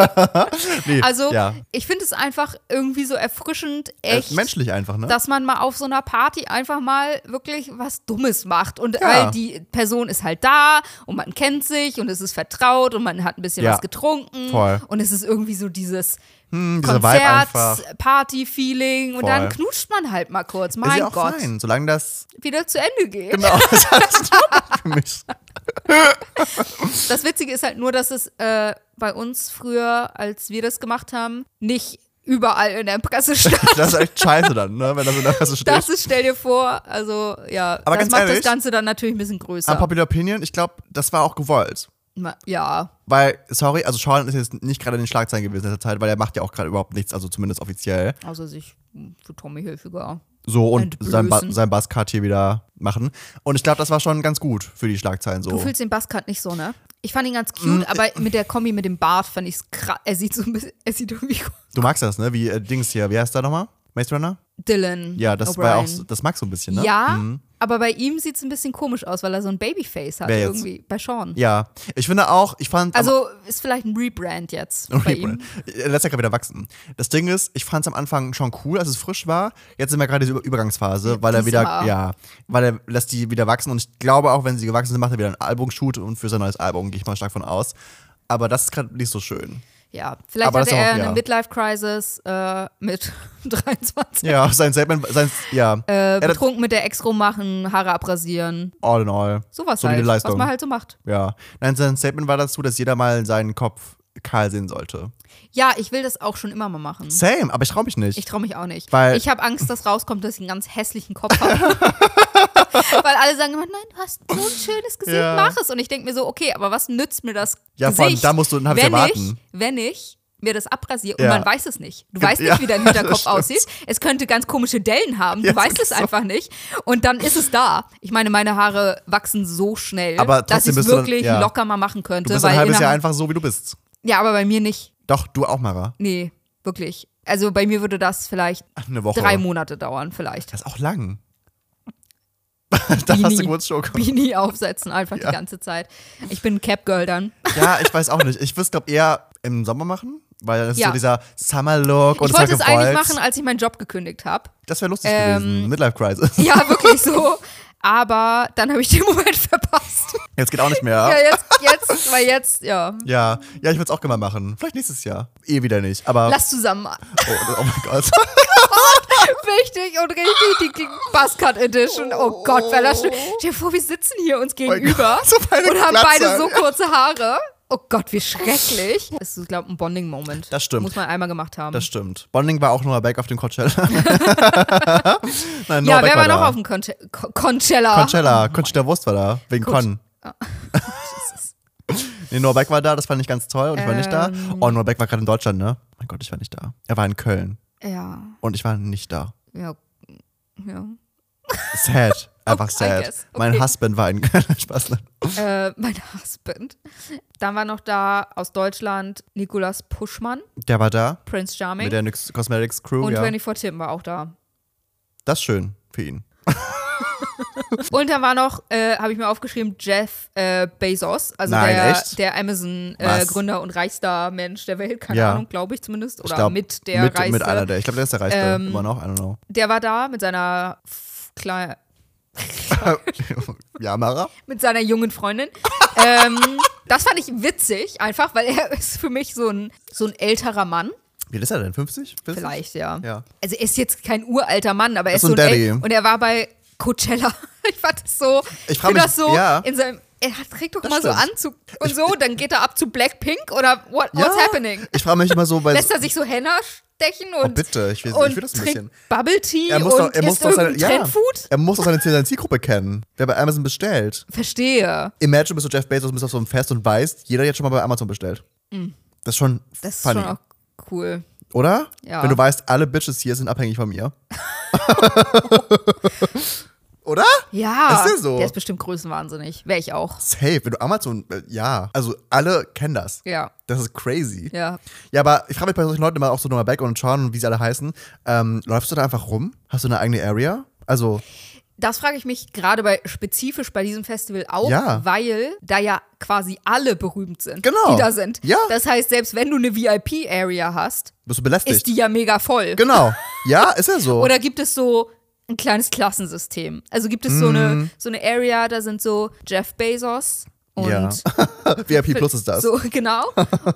B: Nee,
A: Also
B: ja.
A: ich finde es einfach irgendwie so erfrischend, echt. Oh
B: Äh, Menschlich einfach, ne?
A: dass man mal auf so einer Party einfach mal wirklich was Dummes macht. Und
B: Ja.
A: weil die Person ist halt da und man kennt sich und es ist vertraut und man hat ein bisschen
B: Ja.
A: was getrunken.
B: Voll. Hm,
A: Und es ist irgendwie so dieses
B: dieser Vibe einfach.
A: Konzert-Party-Feeling. Und
B: Voll.
A: dann knutscht man halt mal kurz.
B: ist
A: Mein
B: ja auch
A: Gott,
B: fein, solange das *laughs*
A: wieder zu Ende geht.
B: genau das heißt für mich.
A: Das Witzige ist halt nur, dass es äh, bei uns früher, als wir das gemacht haben, nicht überall in der
B: *laughs*
A: Presse stand.
B: Das ist echt scheiße dann, ne? wenn das in der Presse steht.
A: Das ist, stell dir vor, also ja,
B: Aber
A: das
B: ganz
A: macht
B: ehrlich,
A: das Ganze dann natürlich ein bisschen größer.
B: Unpopular Opinion, ich glaube, das war auch gewollt.
A: Ma- Ja,
B: Weil, sorry, also Sean ist jetzt nicht gerade in den Schlagzeilen gewesen in der Zeit, weil er macht ja auch gerade überhaupt nichts, also zumindest offiziell.
A: außer sich für Tommy Hilfiger.
B: So und
A: Entblößen.
B: sein, ba sein Buzzcut hier wieder machen. Und ich glaube, das war schon ganz gut für die Schlagzeilen so.
A: Du fühlst den Buzzcut nicht so, ne? Ich fand ihn
B: Mm,
A: ganz
B: äh,
A: cute, aber mit der Kombi mit dem Bart fand ich es krass. Er sieht so ein bisschen, er sieht irgendwie
B: Du magst das, ne? Wie äh, Dings hier, wie heißt der nochmal? Maze Runner?
A: Dylan.
B: Ja, das war auch, so- das magst du ein bisschen, ne?
A: Ja, aber bei ihm sieht es ein bisschen komisch aus, weil er so ein Babyface hat
B: Wer jetzt?
A: irgendwie bei Sean.
B: Ja. Ich finde auch, ich fand. am-
A: Also ist vielleicht ein Rebrand
B: *laughs*
A: jetzt bei ihm.
B: Letzter Jahr wieder wachsen. Das Ding ist, ich fand es am Anfang schon cool, als es frisch war. Jetzt sind wir gerade in dieser Über- Übergangsphase, weil er wieder,
A: diesmal.
B: ja, weil er lässt die wieder wachsen und ich glaube auch, wenn sie gewachsen sind, macht er wieder einen Album-Shoot und für sein neues Album gehe ich mal stark von aus. Aber das ist gerade nicht so schön.
A: Ja, vielleicht
B: Aber
A: hatte
B: das
A: er
B: auch- ja.
A: eine Midlife-Crisis äh, mit *laughs* 23.
B: Ja, sein Statement, sein, ja,
A: Äh,
B: Er hat-
A: betrunken mit der Ex rummachen, Haare abrasieren,
B: all in all.
A: sowas
B: Solide
A: halt, was
B: Leistung.
A: man halt so macht.
B: Ja. Nein, sein Statement war dazu, dass jeder mal seinen Kopf kahl sehen
A: Mhm.
B: sollte.
A: Ja, ich will das auch schon immer mal machen.
B: Same, aber ich traue mich nicht.
A: Ich traue mich auch nicht.
B: Weil-
A: ich habe Angst, dass rauskommt, dass ich einen ganz hässlichen Kopf
B: *laughs*
A: habe. Weil alle sagen immer, nein, du hast so ein schönes Gesicht,
B: Ja.
A: mach es. Und ich denke mir so, okay, aber was nützt mir das
B: Ja, vor allem,
A: Gesicht,
B: da musst du- dann hab ich
A: wenn ich,
B: erwarten.
A: wenn ich mir das abrasiere
B: Ja.
A: und man weiß es nicht. Du weißt
B: Ja,
A: nicht, wie dein Hinterkopf
B: *laughs* das
A: aussieht. Es könnte ganz komische Dellen haben. Du
B: Ja,
A: weißt
B: das
A: es
B: ist so.
A: einfach nicht. Und dann ist es da. Ich meine, meine Haare wachsen so schnell,
B: Aber
A: dass ich
B: trotzdem
A: es
B: bist du dann-
A: wirklich
B: ja.
A: locker mal machen könnte.
B: du bist
A: weil
B: ein halbes Jahr
A: innerhalb-
B: einfach so, wie du bist.
A: Ja, aber bei mir nicht.
B: Doch, du auch, Mara.
A: Nee, wirklich. Also bei mir würde das vielleicht
B: Eine Woche.
A: drei Monate dauern
B: *laughs*
A: vielleicht.
B: Das ist auch lang.
A: *laughs*
B: da hast du
A: Bini.
B: kurz Schoko.
A: Beanie aufsetzen einfach
B: Ja.
A: die ganze Zeit. Ich bin ein Cap Girl dann.
B: Ja, ich weiß auch nicht. Ich würde es, glaube eher im Sommer machen, weil das ist
A: Ja.
B: so dieser Summer-Look und
A: ich wollte
B: war
A: es eigentlich
B: gewollt.
A: machen, als ich meinen Job gekündigt habe.
B: Das wäre lustig
A: Ähm,
B: gewesen. Midlife-Crisis.
A: Ja, wirklich so. Aber dann habe ich den Moment *laughs* verpasst.
B: *laughs* Jetzt geht auch nicht mehr.
A: Ja,
B: Ja,
A: jetzt, jetzt, weil jetzt, ja.
B: ja. ich würde es auch gerne mal machen. Vielleicht nächstes Jahr. Eh wieder nicht. Aber.
A: Lass zusammen.
B: Oh, oh mein
A: *laughs*
B: Gott.
A: Wichtig und richtig die, die Buzzcut Edition. Oh Gott, weil das schlimm. Stell dir vor, wir sitzen hier uns gegenüber
B: Gott, so beide
A: und haben
B: glatt
A: beide
B: sein.
A: so kurze Haare. Oh Gott, wie schrecklich. Das ist, glaube ich, ein Bonding-Moment.
B: Das stimmt.
A: Muss man einmal gemacht haben.
B: Das stimmt. Bonding war auch Noah Beck auf dem Coachella. *laughs* Nein,
A: ja,
B: Beck
A: wer war noch
B: da.
A: auf dem Conche Con- Conchella?
B: Coachella, Conchita Wurst war da, wegen
A: Coach-
B: Con. *laughs* nee, Norbeck war da, das fand ich ganz toll und ich war nicht da.
A: Ähm.
B: Oh, Norbeck war gerade in Deutschland, ne? Mein Gott, ich war nicht da. Er war in Köln
A: Ja,
B: und ich war nicht da.
A: ja, ja. *laughs*
B: Sad. Einfach
A: Okay, I
B: sad.
A: guess.
B: Mein
A: Okay.
B: Husband war in Köln. *laughs* Spaß.
A: Äh, *laughs* mein Husband. Dann war noch da aus Deutschland Nikolas Puschmann,
B: Der war da
A: Prince
B: mit
A: Charming.
B: der Nyx Cosmetics Crew,
A: Und
B: ja.
A: 24 Tim war auch da.
B: Das ist schön für ihn.
A: Und dann war noch, äh, habe ich mir aufgeschrieben, Jeff äh, Bezos, also
B: Nein,
A: der,
B: echt?
A: der Amazon-Gründer äh,
B: Was?
A: Gründer und reichster Mensch der Welt, keine
B: Ja.
A: Ahnung, glaube ich zumindest. Oder
B: ich glaub,
A: mit der
B: mit,
A: reichste.
B: mit einer der. Ich glaube, der ist der reichste.
A: Ähm,
B: Immer noch, I don't know.
A: der war da mit seiner f- kleinen
B: *laughs* ja, Mara?
A: mit seiner jungen Freundin. *laughs* ähm, das fand ich witzig, einfach, weil er *laughs* ist für mich so ein, so ein älterer Mann.
B: Wie alt ist er denn? 50? 40?
A: Vielleicht, ja.
B: Ja.
A: Also er ist jetzt kein uralter Mann, aber er ist,
B: Ist so ein
A: so ein
B: Daddy.
A: El- Und er war bei Coachella. *laughs* Ich fand das so.
B: Ich frag
A: find
B: mich,
A: das so
B: ja.
A: in seinem. Er hat, trägt doch
B: Das
A: mal so
B: stimmt.
A: Anzug und so, dann geht er ab zu Blackpink oder what, what's
B: Ja.
A: happening?
B: Ich frage mich immer so bei.
A: Lässt er sich so Henna stechen und,
B: Oh, bitte, ich will- ich
A: und
B: will das ein
A: trinkt
B: bisschen.
A: Bubble Tea
B: er muss
A: und
B: doch, er muss
A: isst
B: doch seine,
A: irgendein
B: ja,
A: Trendfood?
B: er muss doch seine, seine Zielgruppe kennen, wer bei Amazon bestellt.
A: Verstehe.
B: Imagine bist du Jeff Bezos, bist auf so einem Fest und weißt, jeder hat schon mal bei Amazon bestellt. Das ist schon
A: Mm. Das ist
B: funny,
A: schon auch cool.
B: oder?
A: Ja.
B: Wenn du weißt, alle Bitches hier sind abhängig
A: *laughs*
B: von mir. *laughs* oder?
A: Ja,
B: Ist der so?
A: der ist bestimmt größenwahnsinnig. Wäre ich auch.
B: Safe, wenn du Amazon, äh, ja. Also alle kennen das.
A: Ja,
B: Das ist crazy.
A: ja.
B: Ja, aber ich frage mich bei solchen Leuten immer auch so Noah Beck und Sean und wie sie alle heißen. Ähm, läufst du da einfach rum? Hast du eine eigene Area? Also,
A: Das frage ich mich gerade bei spezifisch bei diesem Festival auch,
B: Ja.
A: weil da ja quasi alle berühmt sind,
B: Genau.
A: die da sind.
B: Ja.
A: Das heißt, selbst wenn du eine VIP-Area hast,
B: bist du belästigt?
A: ist die ja mega voll.
B: Genau. Ja, ist ja
A: *laughs*
B: so.
A: Oder gibt es so ein kleines Klassensystem? Also gibt es so,
B: Mhm.
A: eine, so eine Area, da sind so Jeff Bezos und *laughs*
B: Ja. VIP Plus ist das.
A: so, genau.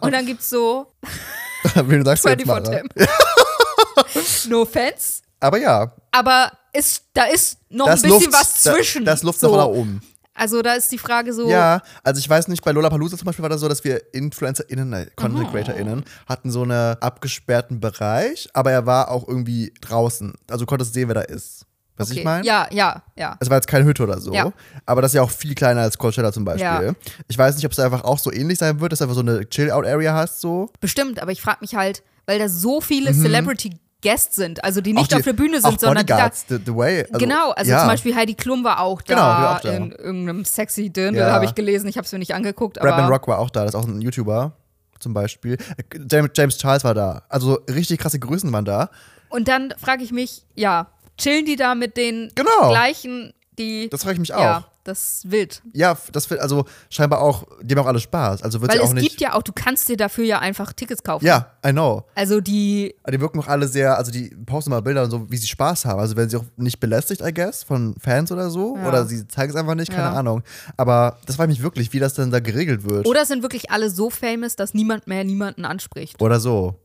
A: Und dann gibt es so
B: *laughs* Wenn du sagst, jetzt
A: 24
B: Mara.
A: Tim. *laughs* no offense,
B: Aber ja,
A: aber ist, da ist noch
B: das
A: ein bisschen
B: Luft,
A: was zwischen.
B: Da, das Luft
A: so.
B: noch nach oben.
A: Also da ist die Frage so,
B: Ja, also ich weiß nicht, bei Lollapalooza zum Beispiel war das so, dass wir InfluencerInnen, nein,
A: Mhm.
B: Content CreatorInnen hatten so einen abgesperrten Bereich, aber er war auch irgendwie draußen. Also konntest sehen, wer da ist. Was
A: okay.
B: ich meine? Also
A: ja, ja, ja.
B: Es war jetzt keine Hütte oder so,
A: Ja.
B: aber das ist ja auch viel kleiner als Coachella zum Beispiel.
A: Ja.
B: Ich weiß nicht, ob es einfach auch so ähnlich sein wird, dass du einfach so eine Chill-Out-Area hast, so.
A: Bestimmt, aber ich frage mich halt, weil da so viele Celebrity Guests sind, also die nicht
B: Mhm. Auch die-
A: auf der Bühne
B: auch
A: sind, sondern die da
B: Bodyguards, the, the way. Also,
A: genau, also
B: ja.
A: zum Beispiel Heidi Klum war auch da,
B: Genau, die war auch da.
A: in irgendeinem sexy Dirndl,
B: Ja.
A: habe ich gelesen, ich habe es mir nicht angeguckt,
B: Bradman
A: aber
B: Rock war auch da, das ist auch ein YouTuber zum Beispiel. Äh, James, James Charles war da. Also so richtig krasse Größen waren da.
A: und dann frage ich mich, ja, chillen die da mit den
B: Genau.
A: gleichen, die
B: Das frage ich mich auch.
A: ja, das ist wild.
B: Ja, f- das wird also scheinbar auch, die haben auch alle Spaß. Also wird
A: Weil
B: ja auch
A: es
B: nicht.
A: gibt ja auch, du kannst dir dafür ja einfach Tickets kaufen.
B: ja, I know.
A: Also die,
B: Aber die wirken auch alle sehr, also die posten mal Bilder und so, wie sie Spaß haben. Also werden sie auch nicht belästigt, I guess, von Fans oder so.
A: Ja.
B: Oder sie zeigen es einfach nicht, keine
A: Ja.
B: Ahnung. Aber das frage ich mich wirklich, wie das denn da geregelt wird.
A: oder sind wirklich alle so famous, dass niemand mehr niemanden anspricht.
B: Oder so.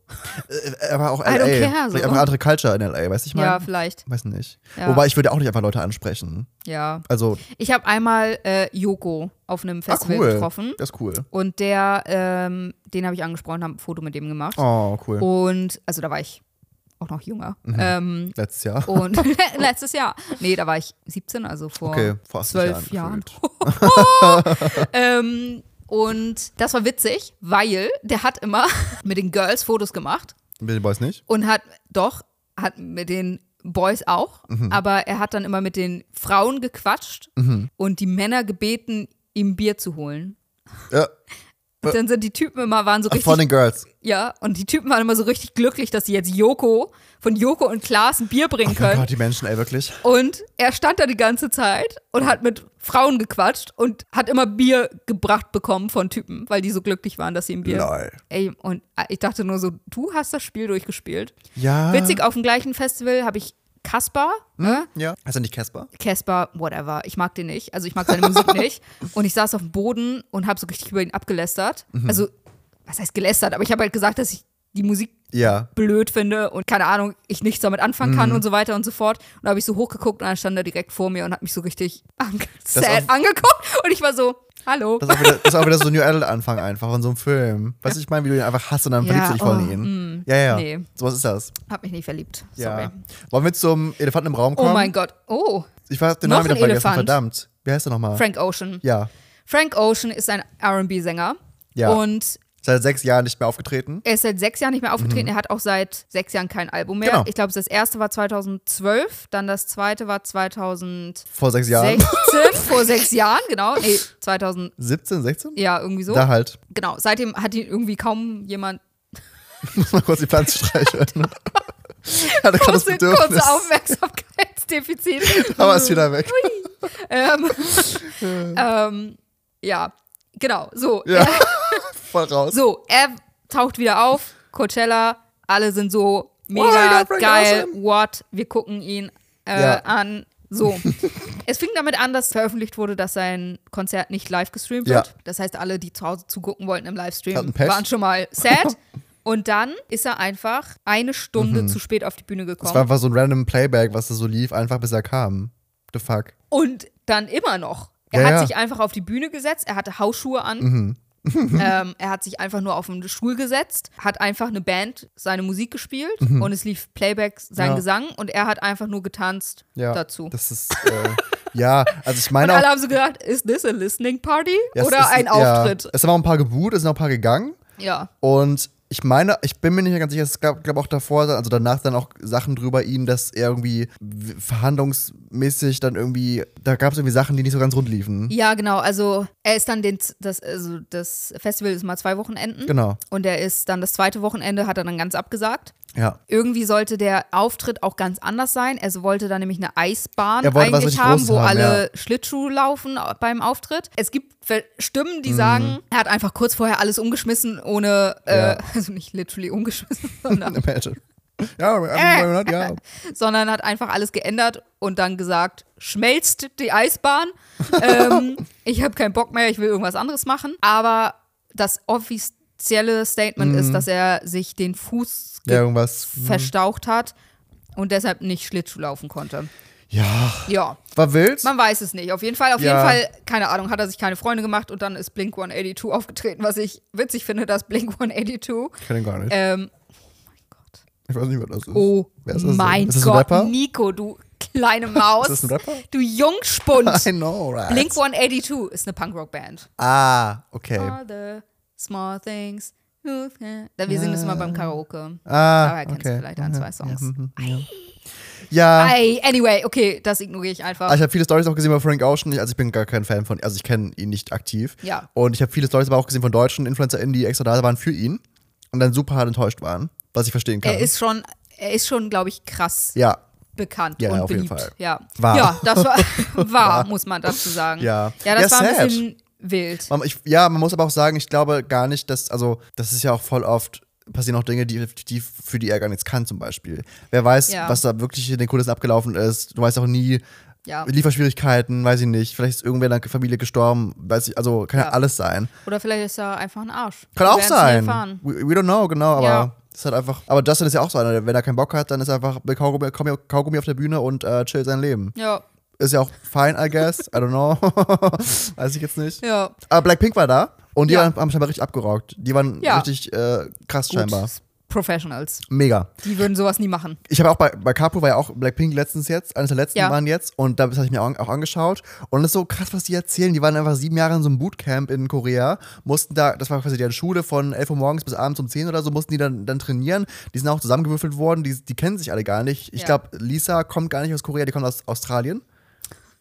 B: Äh, Aber auch LA.
A: I don't care, so.
B: Vielleicht einfach eine andere Culture in LA, weißt du, ich meine?
A: Ja, vielleicht.
B: Weiß nicht.
A: Ja.
B: Wobei ich würde auch nicht einfach Leute ansprechen.
A: Ja.
B: Also,
A: Ich habe einmal äh, Joko auf einem
B: ah,
A: Festival
B: cool.
A: getroffen
B: Das ist cool.
A: und der, ähm, den habe ich angesprochen, habe ein Foto mit dem gemacht.
B: Oh, cool.
A: Und, also da war ich auch noch jünger.
B: Mhm.
A: Ähm,
B: Letztes Jahr. *laughs*
A: und *laughs* letztes Jahr. Nee, da war ich 17, also vor,
B: Okay, vor 80
A: zwölf
B: Jahren
A: Jahren. ähm, und das war witzig, weil der hat immer *laughs* mit den Girls Fotos gemacht
B: Mit den Boys nicht?
A: und hat doch, hat mit den Boys auch,
B: Mhm.
A: aber er hat dann immer mit den Frauen gequatscht und die Männer gebeten, ihm Bier zu holen.
B: Ja.
A: Und dann sind die Typen immer, waren so
B: Ach,
A: richtig,
B: von den Girls. Oh
A: ja, und die Typen waren immer so richtig glücklich, dass sie jetzt Joko, von Joko und Klaas ein Bier bringen
B: Oh mein
A: können.
B: Gott, die Menschen, ey, wirklich.
A: Und er stand da die ganze Zeit und hat mit Frauen gequatscht und hat immer Bier gebracht bekommen von Typen, weil die so glücklich waren, dass sie ihm Bier.
B: Lol.
A: Ey, und äh, ich dachte nur so, du hast das Spiel durchgespielt.
B: Ja.
A: Witzig, auf dem gleichen Festival habe ich Kaspar, ne?
B: Ja. Heißt er nicht Casper?
A: Casper, whatever. Ich mag den nicht. Also ich mag seine
B: *laughs*
A: Musik nicht. Und ich saß auf dem Boden und habe so richtig über ihn abgelästert.
B: Mhm.
A: Also, was heißt gelästert? Aber ich habe halt gesagt, dass ich die Musik
B: Ja.
A: blöd finde und keine Ahnung, ich nichts damit anfangen
B: Mhm.
A: kann und so weiter und so fort. Und da habe ich so hochgeguckt und dann stand er direkt vor mir und hat mich so richtig ange sad
B: auf-
A: angeguckt. Und ich war so, hallo.
B: Das ist, auch wieder, das ist auch wieder so ein New Adult-Anfang einfach in so einem Film. Weißt du, ich meine, wie du ihn einfach hast und dann
A: Ja,
B: verliebst du dich voll
A: oh,
B: in ihn. ja, ja.
A: nee.
B: Sowas ist das.
A: Hab mich nicht verliebt. Sorry.
B: Ja. Wollen wir zum Elefanten im Raum
A: Oh
B: kommen?
A: mein Gott. Oh,
B: Ich weiß den
A: Noch
B: Namen wieder
A: ein
B: vergessen,
A: Elefant.
B: verdammt. Wie heißt er nochmal?
A: Frank Ocean.
B: Ja.
A: Frank Ocean ist ein RB-Sänger.
B: Ja.
A: Und
B: Seit sechs Jahren nicht mehr aufgetreten.
A: er ist seit sechs Jahren nicht mehr aufgetreten. Er hat auch seit sechs Jahren kein Album mehr.
B: Mhm. Genau.
A: Ich glaube, das erste war 2012, dann das zweite war 2016,
B: Vor sechs Jahren.
A: *laughs* vor sechs Jahren, genau. Nee, 2000,
B: 17, 16?
A: ja, irgendwie so.
B: Da halt.
A: Genau, seitdem hat ihn irgendwie kaum jemand
B: Muss mal kurz die Pflanze
A: *laughs*
B: streicheln. Hatte gerade das
A: kurze,
B: Bedürfnis.
A: kurze
B: *laughs*
A: Aufmerksamkeitsdefizit.
B: Aber ist wieder weg.
A: ähm, ähm, ja, genau, so.
B: Ja. *laughs* Voll raus.
A: So, er taucht wieder auf, Coachella, alle sind so
B: Oh
A: mega
B: mein Gott, Frank
A: geil,
B: Ocean.
A: what, wir gucken ihn äh,
B: Ja.
A: an.
B: *laughs*
A: So, es fing damit an, dass veröffentlicht wurde, dass sein Konzert nicht live gestreamt
B: Ja.
A: wird. Das heißt, alle, die zu Hause zugucken wollten im
B: Hatten
A: Livestream,
B: Pech.
A: waren schon mal sad.
B: *laughs*
A: Und dann ist er einfach eine Stunde zu spät auf die Bühne
B: Mhm. Das war
A: gekommen.
B: einfach so ein random Playback, was da so lief, einfach bis er kam. The fuck.
A: Und dann immer noch. Er
B: Ja,
A: hat
B: ja. Mhm.
A: sich einfach auf die Bühne gesetzt, er hatte Hausschuhe an. *laughs* ähm, er hat sich einfach nur auf den Stuhl gesetzt, hat einfach eine Band seine Musik gespielt und es lief Playback sein
B: Mhm. Ja.
A: Gesang und er hat einfach nur getanzt
B: Ja.
A: dazu.
B: Das ist, äh, ja, also ich
A: Und
B: meine auch.
A: alle haben so gedacht, is this a listening party
B: Ja, es
A: oder
B: ist-
A: ein
B: ja,
A: Auftritt?
B: Es sind auch ein paar gebucht, es sind auch ein paar gegangen.
A: Ja.
B: Und ich meine, ich bin mir nicht mehr ganz sicher, es gab, glaube auch davor, also danach dann auch Sachen drüber ihn, dass er irgendwie w- verhandlungsmäßig dann irgendwie, da gab es irgendwie Sachen, die nicht so ganz rund liefen.
A: Ja, genau. Also er ist dann den, das, also das Festival ist mal zwei Wochenenden
B: Genau.
A: und er ist dann das zweite Wochenende, hat er dann ganz abgesagt.
B: Ja.
A: Irgendwie sollte der Auftritt auch ganz anders sein. Er wollte da nämlich eine Eisbahn
B: Er wollte was
A: eigentlich
B: richtig
A: haben,
B: Großes
A: wo
B: haben,
A: alle Schlittschuh laufen beim Auftritt. Es gibt Ver- Stimmen,
B: Mhm.
A: die sagen, er hat einfach kurz vorher alles umgeschmissen, ohne, äh,
B: Ja.
A: *laughs* also nicht literally umgeschmissen, *laughs*
B: *laughs*
A: sondern,
B: Imagine. Ja,
A: Äh.
B: ja, ja.
A: sondern hat einfach alles geändert und dann gesagt, schmelzt die
B: *laughs*
A: Eisbahn. ähm, ich habe keinen Bock mehr, ich will irgendwas anderes machen. Aber das offizielle Statement ist, dass er sich den Fuß
B: Mhm. ja irgendwas.
A: verstaucht hat und deshalb nicht Schlittschuh laufen konnte.
B: Ja.
A: Ja,
B: Was willst?
A: man weiß es nicht. Auf jeden Fall, auf
B: Ja.
A: jeden Fall, keine Ahnung, hat er sich keine Freunde gemacht und dann ist Blink 182 aufgetreten, was ich witzig finde, dass Blink 182.
B: Ich kenne ihn gar nicht.
A: Ähm,
B: Ich weiß nicht, wer das ist.
A: oh
B: Wer ist das denn?
A: mein
B: Ist das ein
A: Gott,
B: Rapper?
A: Nico, du kleine Maus.
B: *laughs* Ist das ein Rapper?
A: Du Jungspund.
B: *laughs* I know, right?
A: Blink 182 ist eine Punkrock-Band.
B: Ah, okay.
A: All the small things. you can- Da wir singen das immer beim Karaoke.
B: Ah,
A: Daher kennst du
B: okay. Mhm,
A: vielleicht ein, zwei Songs.
B: Ja.
A: Ei, anyway, okay, das ignoriere ich einfach.
B: Ah, Ich habe viele Stories auch gesehen bei Frank Ocean. Ich- Also ich bin gar kein Fan von, also ich kenne ihn nicht aktiv.
A: Ja.
B: Und ich habe viele Stories aber auch gesehen von deutschen InfluencerInnen, die extra da waren für ihn und dann super hart enttäuscht waren, was ich verstehen kann.
A: er ist schon, er ist schon, glaube ich, krass
B: ja.
A: bekannt
B: Ja,
A: und
B: ja, auf jeden
A: beliebt.
B: Fall.
A: Ja.
B: Wahr.
A: ja, das
B: *laughs*
A: war wahr, muss man dazu sagen.
B: Ja.
A: ja das
B: Ja,
A: war
B: sad.
A: ein bisschen wild.
B: Man, ich, ja, man muss aber auch sagen, ich glaube gar nicht, dass, also das ist ja auch voll oft passieren auch Dinge, die, die für die er gar nichts kann zum Beispiel. Wer weiß,
A: Ja.
B: was da wirklich in den Kulissen abgelaufen ist. Du weißt auch nie,
A: Ja.
B: Lieferschwierigkeiten, weiß ich nicht. Vielleicht ist irgendwer in der Familie gestorben, weiß ich, also kann ja,
A: Ja.
B: alles sein.
A: Oder vielleicht ist er einfach ein Arsch.
B: Kann
A: Wir
B: auch
A: werden's nie
B: sein.
A: erfahren.
B: We, we don't know, genau, aber
A: Ja.
B: das ist halt einfach. Aber Justin ist ja auch so einer, wenn er keinen Bock hat, dann ist er einfach mit Kaugummi, Kaugummi- Kaugummi auf der Bühne und äh, chillt sein Leben.
A: Ja,
B: Ist ja auch fine, I guess. I don't know. *laughs* Weiß ich jetzt nicht.
A: ja.
B: Aber Blackpink Äh, war da und die
A: Ja.
B: waren, haben scheinbar richtig abgerockt. Die waren
A: Ja.
B: richtig äh, krass
A: Gut.
B: scheinbar.
A: Professionals.
B: Mega.
A: Die würden sowas nie machen.
B: Ich habe auch bei, bei Capo war ja auch Blackpink letztens jetzt, eines der letzten
A: Ja.
B: waren jetzt und da habe ich mir auch, auch angeschaut und es ist so krass, was die erzählen. Die waren einfach sieben Jahre in so einem Bootcamp in Korea, mussten da, das war quasi deren Schule von 11 Uhr morgens bis abends um 10 oder so, mussten die dann, dann trainieren. Die sind auch zusammengewürfelt worden, die, die kennen sich alle gar nicht. Ich
A: Ja.
B: glaube, Lisa kommt gar nicht aus Korea, die kommt aus Australien. *laughs*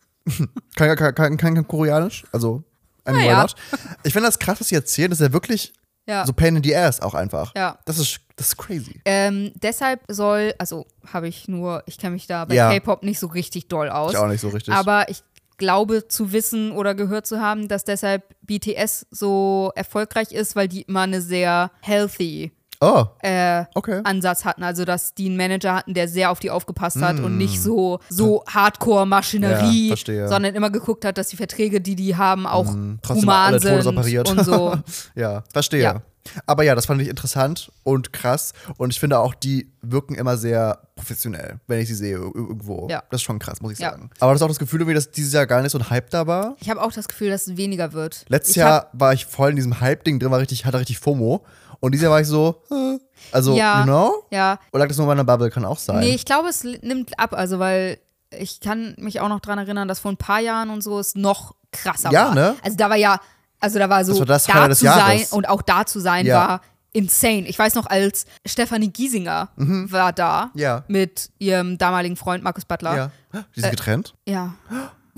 B: kann, kann, kann, kann kein Koreanisch, also I mean, why
A: Naja.
B: not? Ich finde das krass, was die erzählen, das ist ja wirklich
A: Ja.
B: so pain in the ass auch einfach.
A: Ja.
B: Das ist, das ist crazy.
A: Ähm, deshalb soll, also habe ich nur, ich kenne mich da bei
B: Ja.
A: K-Pop nicht so richtig doll aus.
B: Ich auch nicht so richtig.
A: Aber ich glaube zu wissen oder gehört zu haben, dass deshalb BTS so erfolgreich ist, weil die immer eine sehr healthy
B: oh,
A: äh,
B: okay.
A: Ansatz hatten. Also dass die einen Manager hatten, der sehr auf die aufgepasst hat und nicht so, so Hardcore-Maschinerie,
B: Hm. Ja, verstehe. Hm.
A: sondern immer geguckt hat, dass die Verträge, die die haben, auch
B: trotzdem alle
A: human
B: Todes
A: sind
B: operiert.
A: und
B: *laughs*
A: so.
B: Ja, verstehe.
A: Ja.
B: Aber ja, das fand ich interessant und krass. Und ich finde auch, die wirken immer sehr professionell, wenn ich sie sehe ir- irgendwo.
A: Ja.
B: Das ist schon krass, muss ich
A: Ja.
B: sagen. Aber das ist auch das Gefühl, irgendwie, dass dieses Jahr gar nicht so ein Hype da war.
A: Ich habe auch das Gefühl, dass es weniger wird.
B: Letztes
A: ich
B: Jahr war ich voll in diesem Hype-Ding drin, war richtig, hatte richtig FOMO. Und dieses Jahr war ich so, äh, also,
A: Ja.
B: you know?
A: Ja,
B: Oder lag das nur in meiner Bubble? Kann auch sein.
A: Nee, ich glaube, es li- nimmt ab, also weil ich kann mich auch noch dran erinnern, dass vor ein paar Jahren und so es noch krasser
B: Ja,
A: war.
B: ne?
A: Also da war ja, also da war so
B: Das war das
A: da
B: Highlight des
A: zu sein
B: Jahres.
A: und auch da zu sein
B: Ja.
A: war insane. Ich weiß noch, als Stefanie Giesinger war da
B: Mhm. Ja.
A: mit ihrem damaligen Freund Markus Butler.
B: ja. Die sind getrennt?
A: Ja,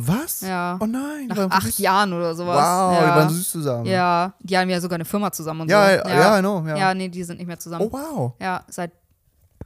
B: Was?
A: Äh. Ja.
B: Oh nein. die
A: nach
B: waren
A: acht
B: süß.
A: Jahren oder sowas.
B: Wow,
A: ja.
B: die waren so süß zusammen.
A: Ja, die haben ja sogar eine Firma zusammen und
B: Ja,
A: so.
B: ja, I know, ja.
A: ja, nee, die sind nicht mehr zusammen.
B: Oh, wow.
A: Ja, seit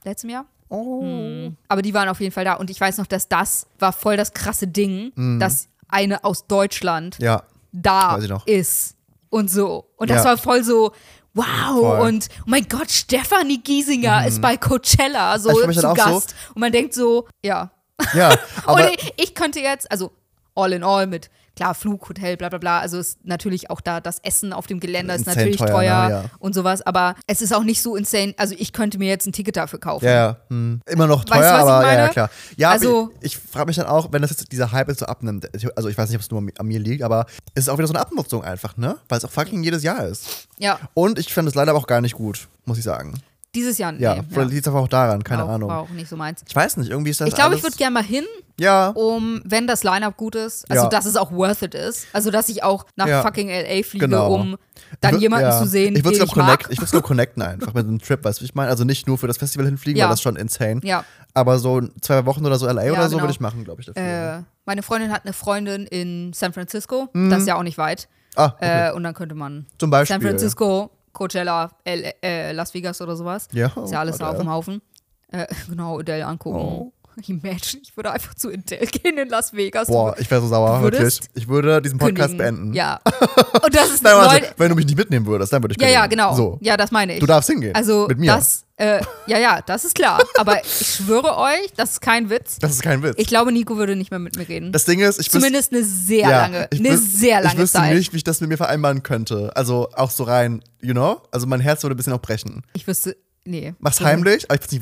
A: letztem Jahr.
B: Oh.
A: Aber die waren auf jeden Fall da. Und ich weiß noch, dass das war voll das krasse Ding, dass eine aus Deutschland
B: Mhm. Ja.
A: da
B: Weiß ich noch.
A: ist. Und so. Und das
B: Ja.
A: war voll so, wow.
B: Voll. Mhm.
A: Und oh mein Gott, Stefanie Giesinger ist bei Coachella so
B: Also Ich freu mich
A: zu
B: dann auch so.
A: Gast. Und man denkt so, ja. *laughs*
B: Ja, aber.
A: und ich, ich könnte jetzt, also all in all mit, klar, Flug, Hotel, bla bla bla. Also ist natürlich auch da, das Essen auf dem Geländer ist
B: Insane
A: natürlich teuer,
B: teuer, ne? Ja.
A: und sowas. Aber es ist auch nicht so insane. Also ich könnte mir jetzt ein Ticket dafür kaufen.
B: Ja, ja. Hm. Immer noch teuer,
A: Weißt du, was ich
B: aber ja,
A: meine?
B: ja, klar. Ja, also,
A: Also-
B: ich, ich frage mich dann auch, wenn das jetzt dieser Hype jetzt so abnimmt. Ich- Also ich weiß nicht, ob es nur an mi- an mir liegt, aber es ist auch wieder so eine Abnutzung einfach, ne? Weil es auch fucking jedes Jahr ist.
A: ja.
B: Und ich fand es leider aber auch gar nicht gut, muss ich sagen.
A: Dieses Jahr, nee.
B: Ja, vielleicht liegt es einfach auch daran, keine
A: auch,
B: Ahnung.
A: War auch nicht so meins.
B: Ich weiß nicht, irgendwie ist das
A: Ich glaube, ich
B: alles-
A: würde gerne mal hin,
B: Ja,
A: um, wenn das Line-Up gut ist, also
B: Ja.
A: dass es auch worth it ist. Also, dass ich auch nach
B: Ja.
A: fucking L.A. fliege,
B: Genau.
A: um dann
B: wür-
A: jemanden
B: ja.
A: zu sehen,
B: ich
A: den
B: würd's
A: ich
B: glaub, connect,
A: mag.
B: Ich würde es nur connecten einfach mit einem Trip, weißt du, wie ich meine? Also nicht nur für das Festival hinfliegen,
A: Ja.
B: weil das ist schon insane.
A: Ja.
B: Aber so zwei Wochen oder so LA oder so
A: genau.
B: würde ich machen, glaube ich, dafür.
A: Äh, meine Freundin hat eine Freundin in San Francisco, das ist ja auch nicht weit.
B: ah, Mhm. okay.
A: Äh, und dann könnte man
B: Zum Beispiel.
A: San Francisco, Coachella, L äh, Las Vegas oder sowas.
B: Ja,
A: ist ja alles da
B: Adele.
A: auf dem Haufen. Äh, *laughs* genau, Adele angucken.
B: Oh.
A: *laughs* Imagine, ich würde einfach zu Adele gehen in Las Vegas. um
B: Boah, ich wäre so sauer,
A: Du würdest
B: wirklich. Ich würde diesen Podcast
A: kündigen.
B: beenden. *laughs*
A: Ja. Und das ist
B: Nein, also,
A: Leute,
B: wenn du mich nicht mitnehmen würdest, dann würde ich
A: Ja,
B: kündigen.
A: ja, genau.
B: So.
A: Ja, das meine ich.
B: Du darfst hingehen.
A: also
B: mit mir.
A: das, äh, ja, ja, das ist klar. Aber ich schwöre euch, das ist kein Witz.
B: das ist kein Witz.
A: Ich glaube, Nico würde nicht mehr mit mir reden.
B: das Ding ist, ich wüsste-
A: Zumindest eine sehr
B: ja,
A: lange,
B: ich
A: eine
B: wüs-
A: sehr
B: Ich
A: lange
B: wüsste
A: Zeit.
B: nicht, wie ich das mit mir vereinbaren könnte. Also auch so rein, you know? Also mein Herz würde ein bisschen auch brechen.
A: Ich wüsste, Nee.
B: Mach's heimlich, aber ich will's nicht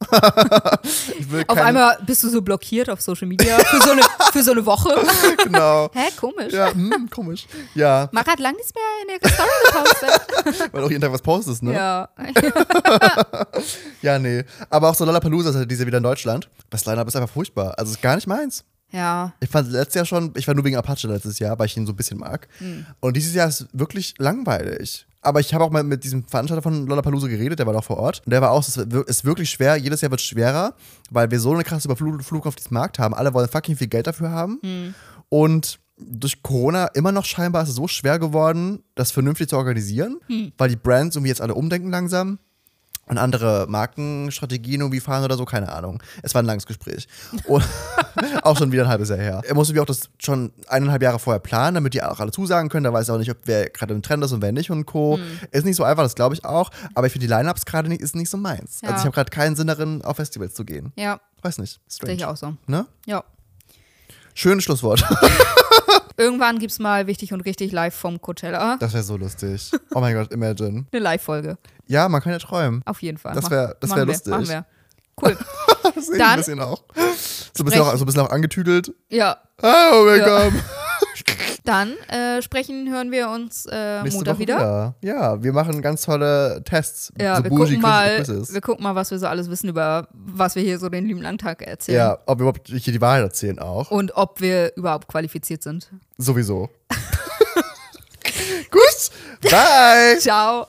A: *laughs*
B: wissen. ich will
A: Auf
B: keine-
A: einmal bist du so blockiert auf Social Media für so eine, für so eine
B: *laughs*
A: Woche.
B: *laughs*
A: *laughs*
B: Genau.
A: Hä, komisch.
B: Ja, hm, komisch. Ja,
A: Mach hat lang nichts mehr in der Story gepostet.
B: weil auch jeden Tag was postest, ne? Ja,
A: ja.
B: nee. Aber auch so Lollapalooza ist halt diese wieder in Deutschland. Das Line-Up ist einfach furchtbar. Also ist gar nicht meins.
A: Ja.
B: Ich fand letztes Jahr schon, ich war nur wegen Apache letztes Jahr, weil ich ihn so ein bisschen mag. Und dieses Jahr ist wirklich langweilig. Aber ich habe auch mal mit diesem Veranstalter von Lollapalooza geredet, der war doch vor Ort. Und der war auch, es wir- ist wirklich schwer, jedes Jahr wird es schwerer, weil wir so eine krasse Überflutung auf diesem Markt haben. Alle wollen fucking viel Geld dafür haben. Und durch Corona immer noch scheinbar ist es so schwer geworden, das vernünftig zu organisieren, weil die Brands irgendwie jetzt alle umdenken langsam und andere Markenstrategien irgendwie fahren oder so, keine Ahnung. Es war ein langes Gespräch. Und *laughs* auch schon wieder ein halbes Jahr her. Er musste mir auch das schon eineinhalb Jahre vorher planen, damit die auch alle zusagen können. Da weiß er auch nicht, ob wer gerade im Trend ist und wer nicht und Co.
A: Hm.
B: Ist nicht so einfach, das glaube ich auch. Aber ich finde die Lineups gerade nicht, ist nicht so meins.
A: Ja.
B: Also ich habe gerade keinen Sinn darin, auf Festivals zu gehen.
A: Ja,
B: Weiß nicht.
A: sehe ich
B: Strange.
A: auch so.
B: Ne?
A: Ja.
B: Schönes Schlusswort. *laughs*
A: Irgendwann gibt's mal wichtig und richtig live vom Coachella.
B: Das wäre so lustig. Oh mein Gott, imagine.
A: Eine Live-Folge.
B: Ja, man kann ja träumen.
A: Auf jeden Fall.
B: Das
A: Mach-
B: wär- das wär
A: machen wir,
B: lustig.
A: Machen wir. Cool.
B: *laughs* Das sehe ich
A: Dann-
B: ein bisschen auch. So ein bisschen auch, so ein bisschen auch angetüdelt.
A: Ja,
B: Ah, Oh mein
A: Ja.
B: Gott.
A: *laughs* dann äh, sprechen, hören wir uns äh,
B: Nächste
A: Montag
B: Woche
A: wieder.
B: wieder. Ja, wir machen ganz tolle Tests.
A: Ja,
B: so
A: wir,
B: bougie
A: gucken mal,
B: Quizzes.
A: wir gucken mal, was wir so alles wissen über, was wir hier so den lieben Landtag erzählen.
B: Ja, ob wir überhaupt hier die Wahrheit erzählen auch.
A: Und ob wir überhaupt qualifiziert sind.
B: Sowieso. *laughs* Gut. Bye.
A: Ciao.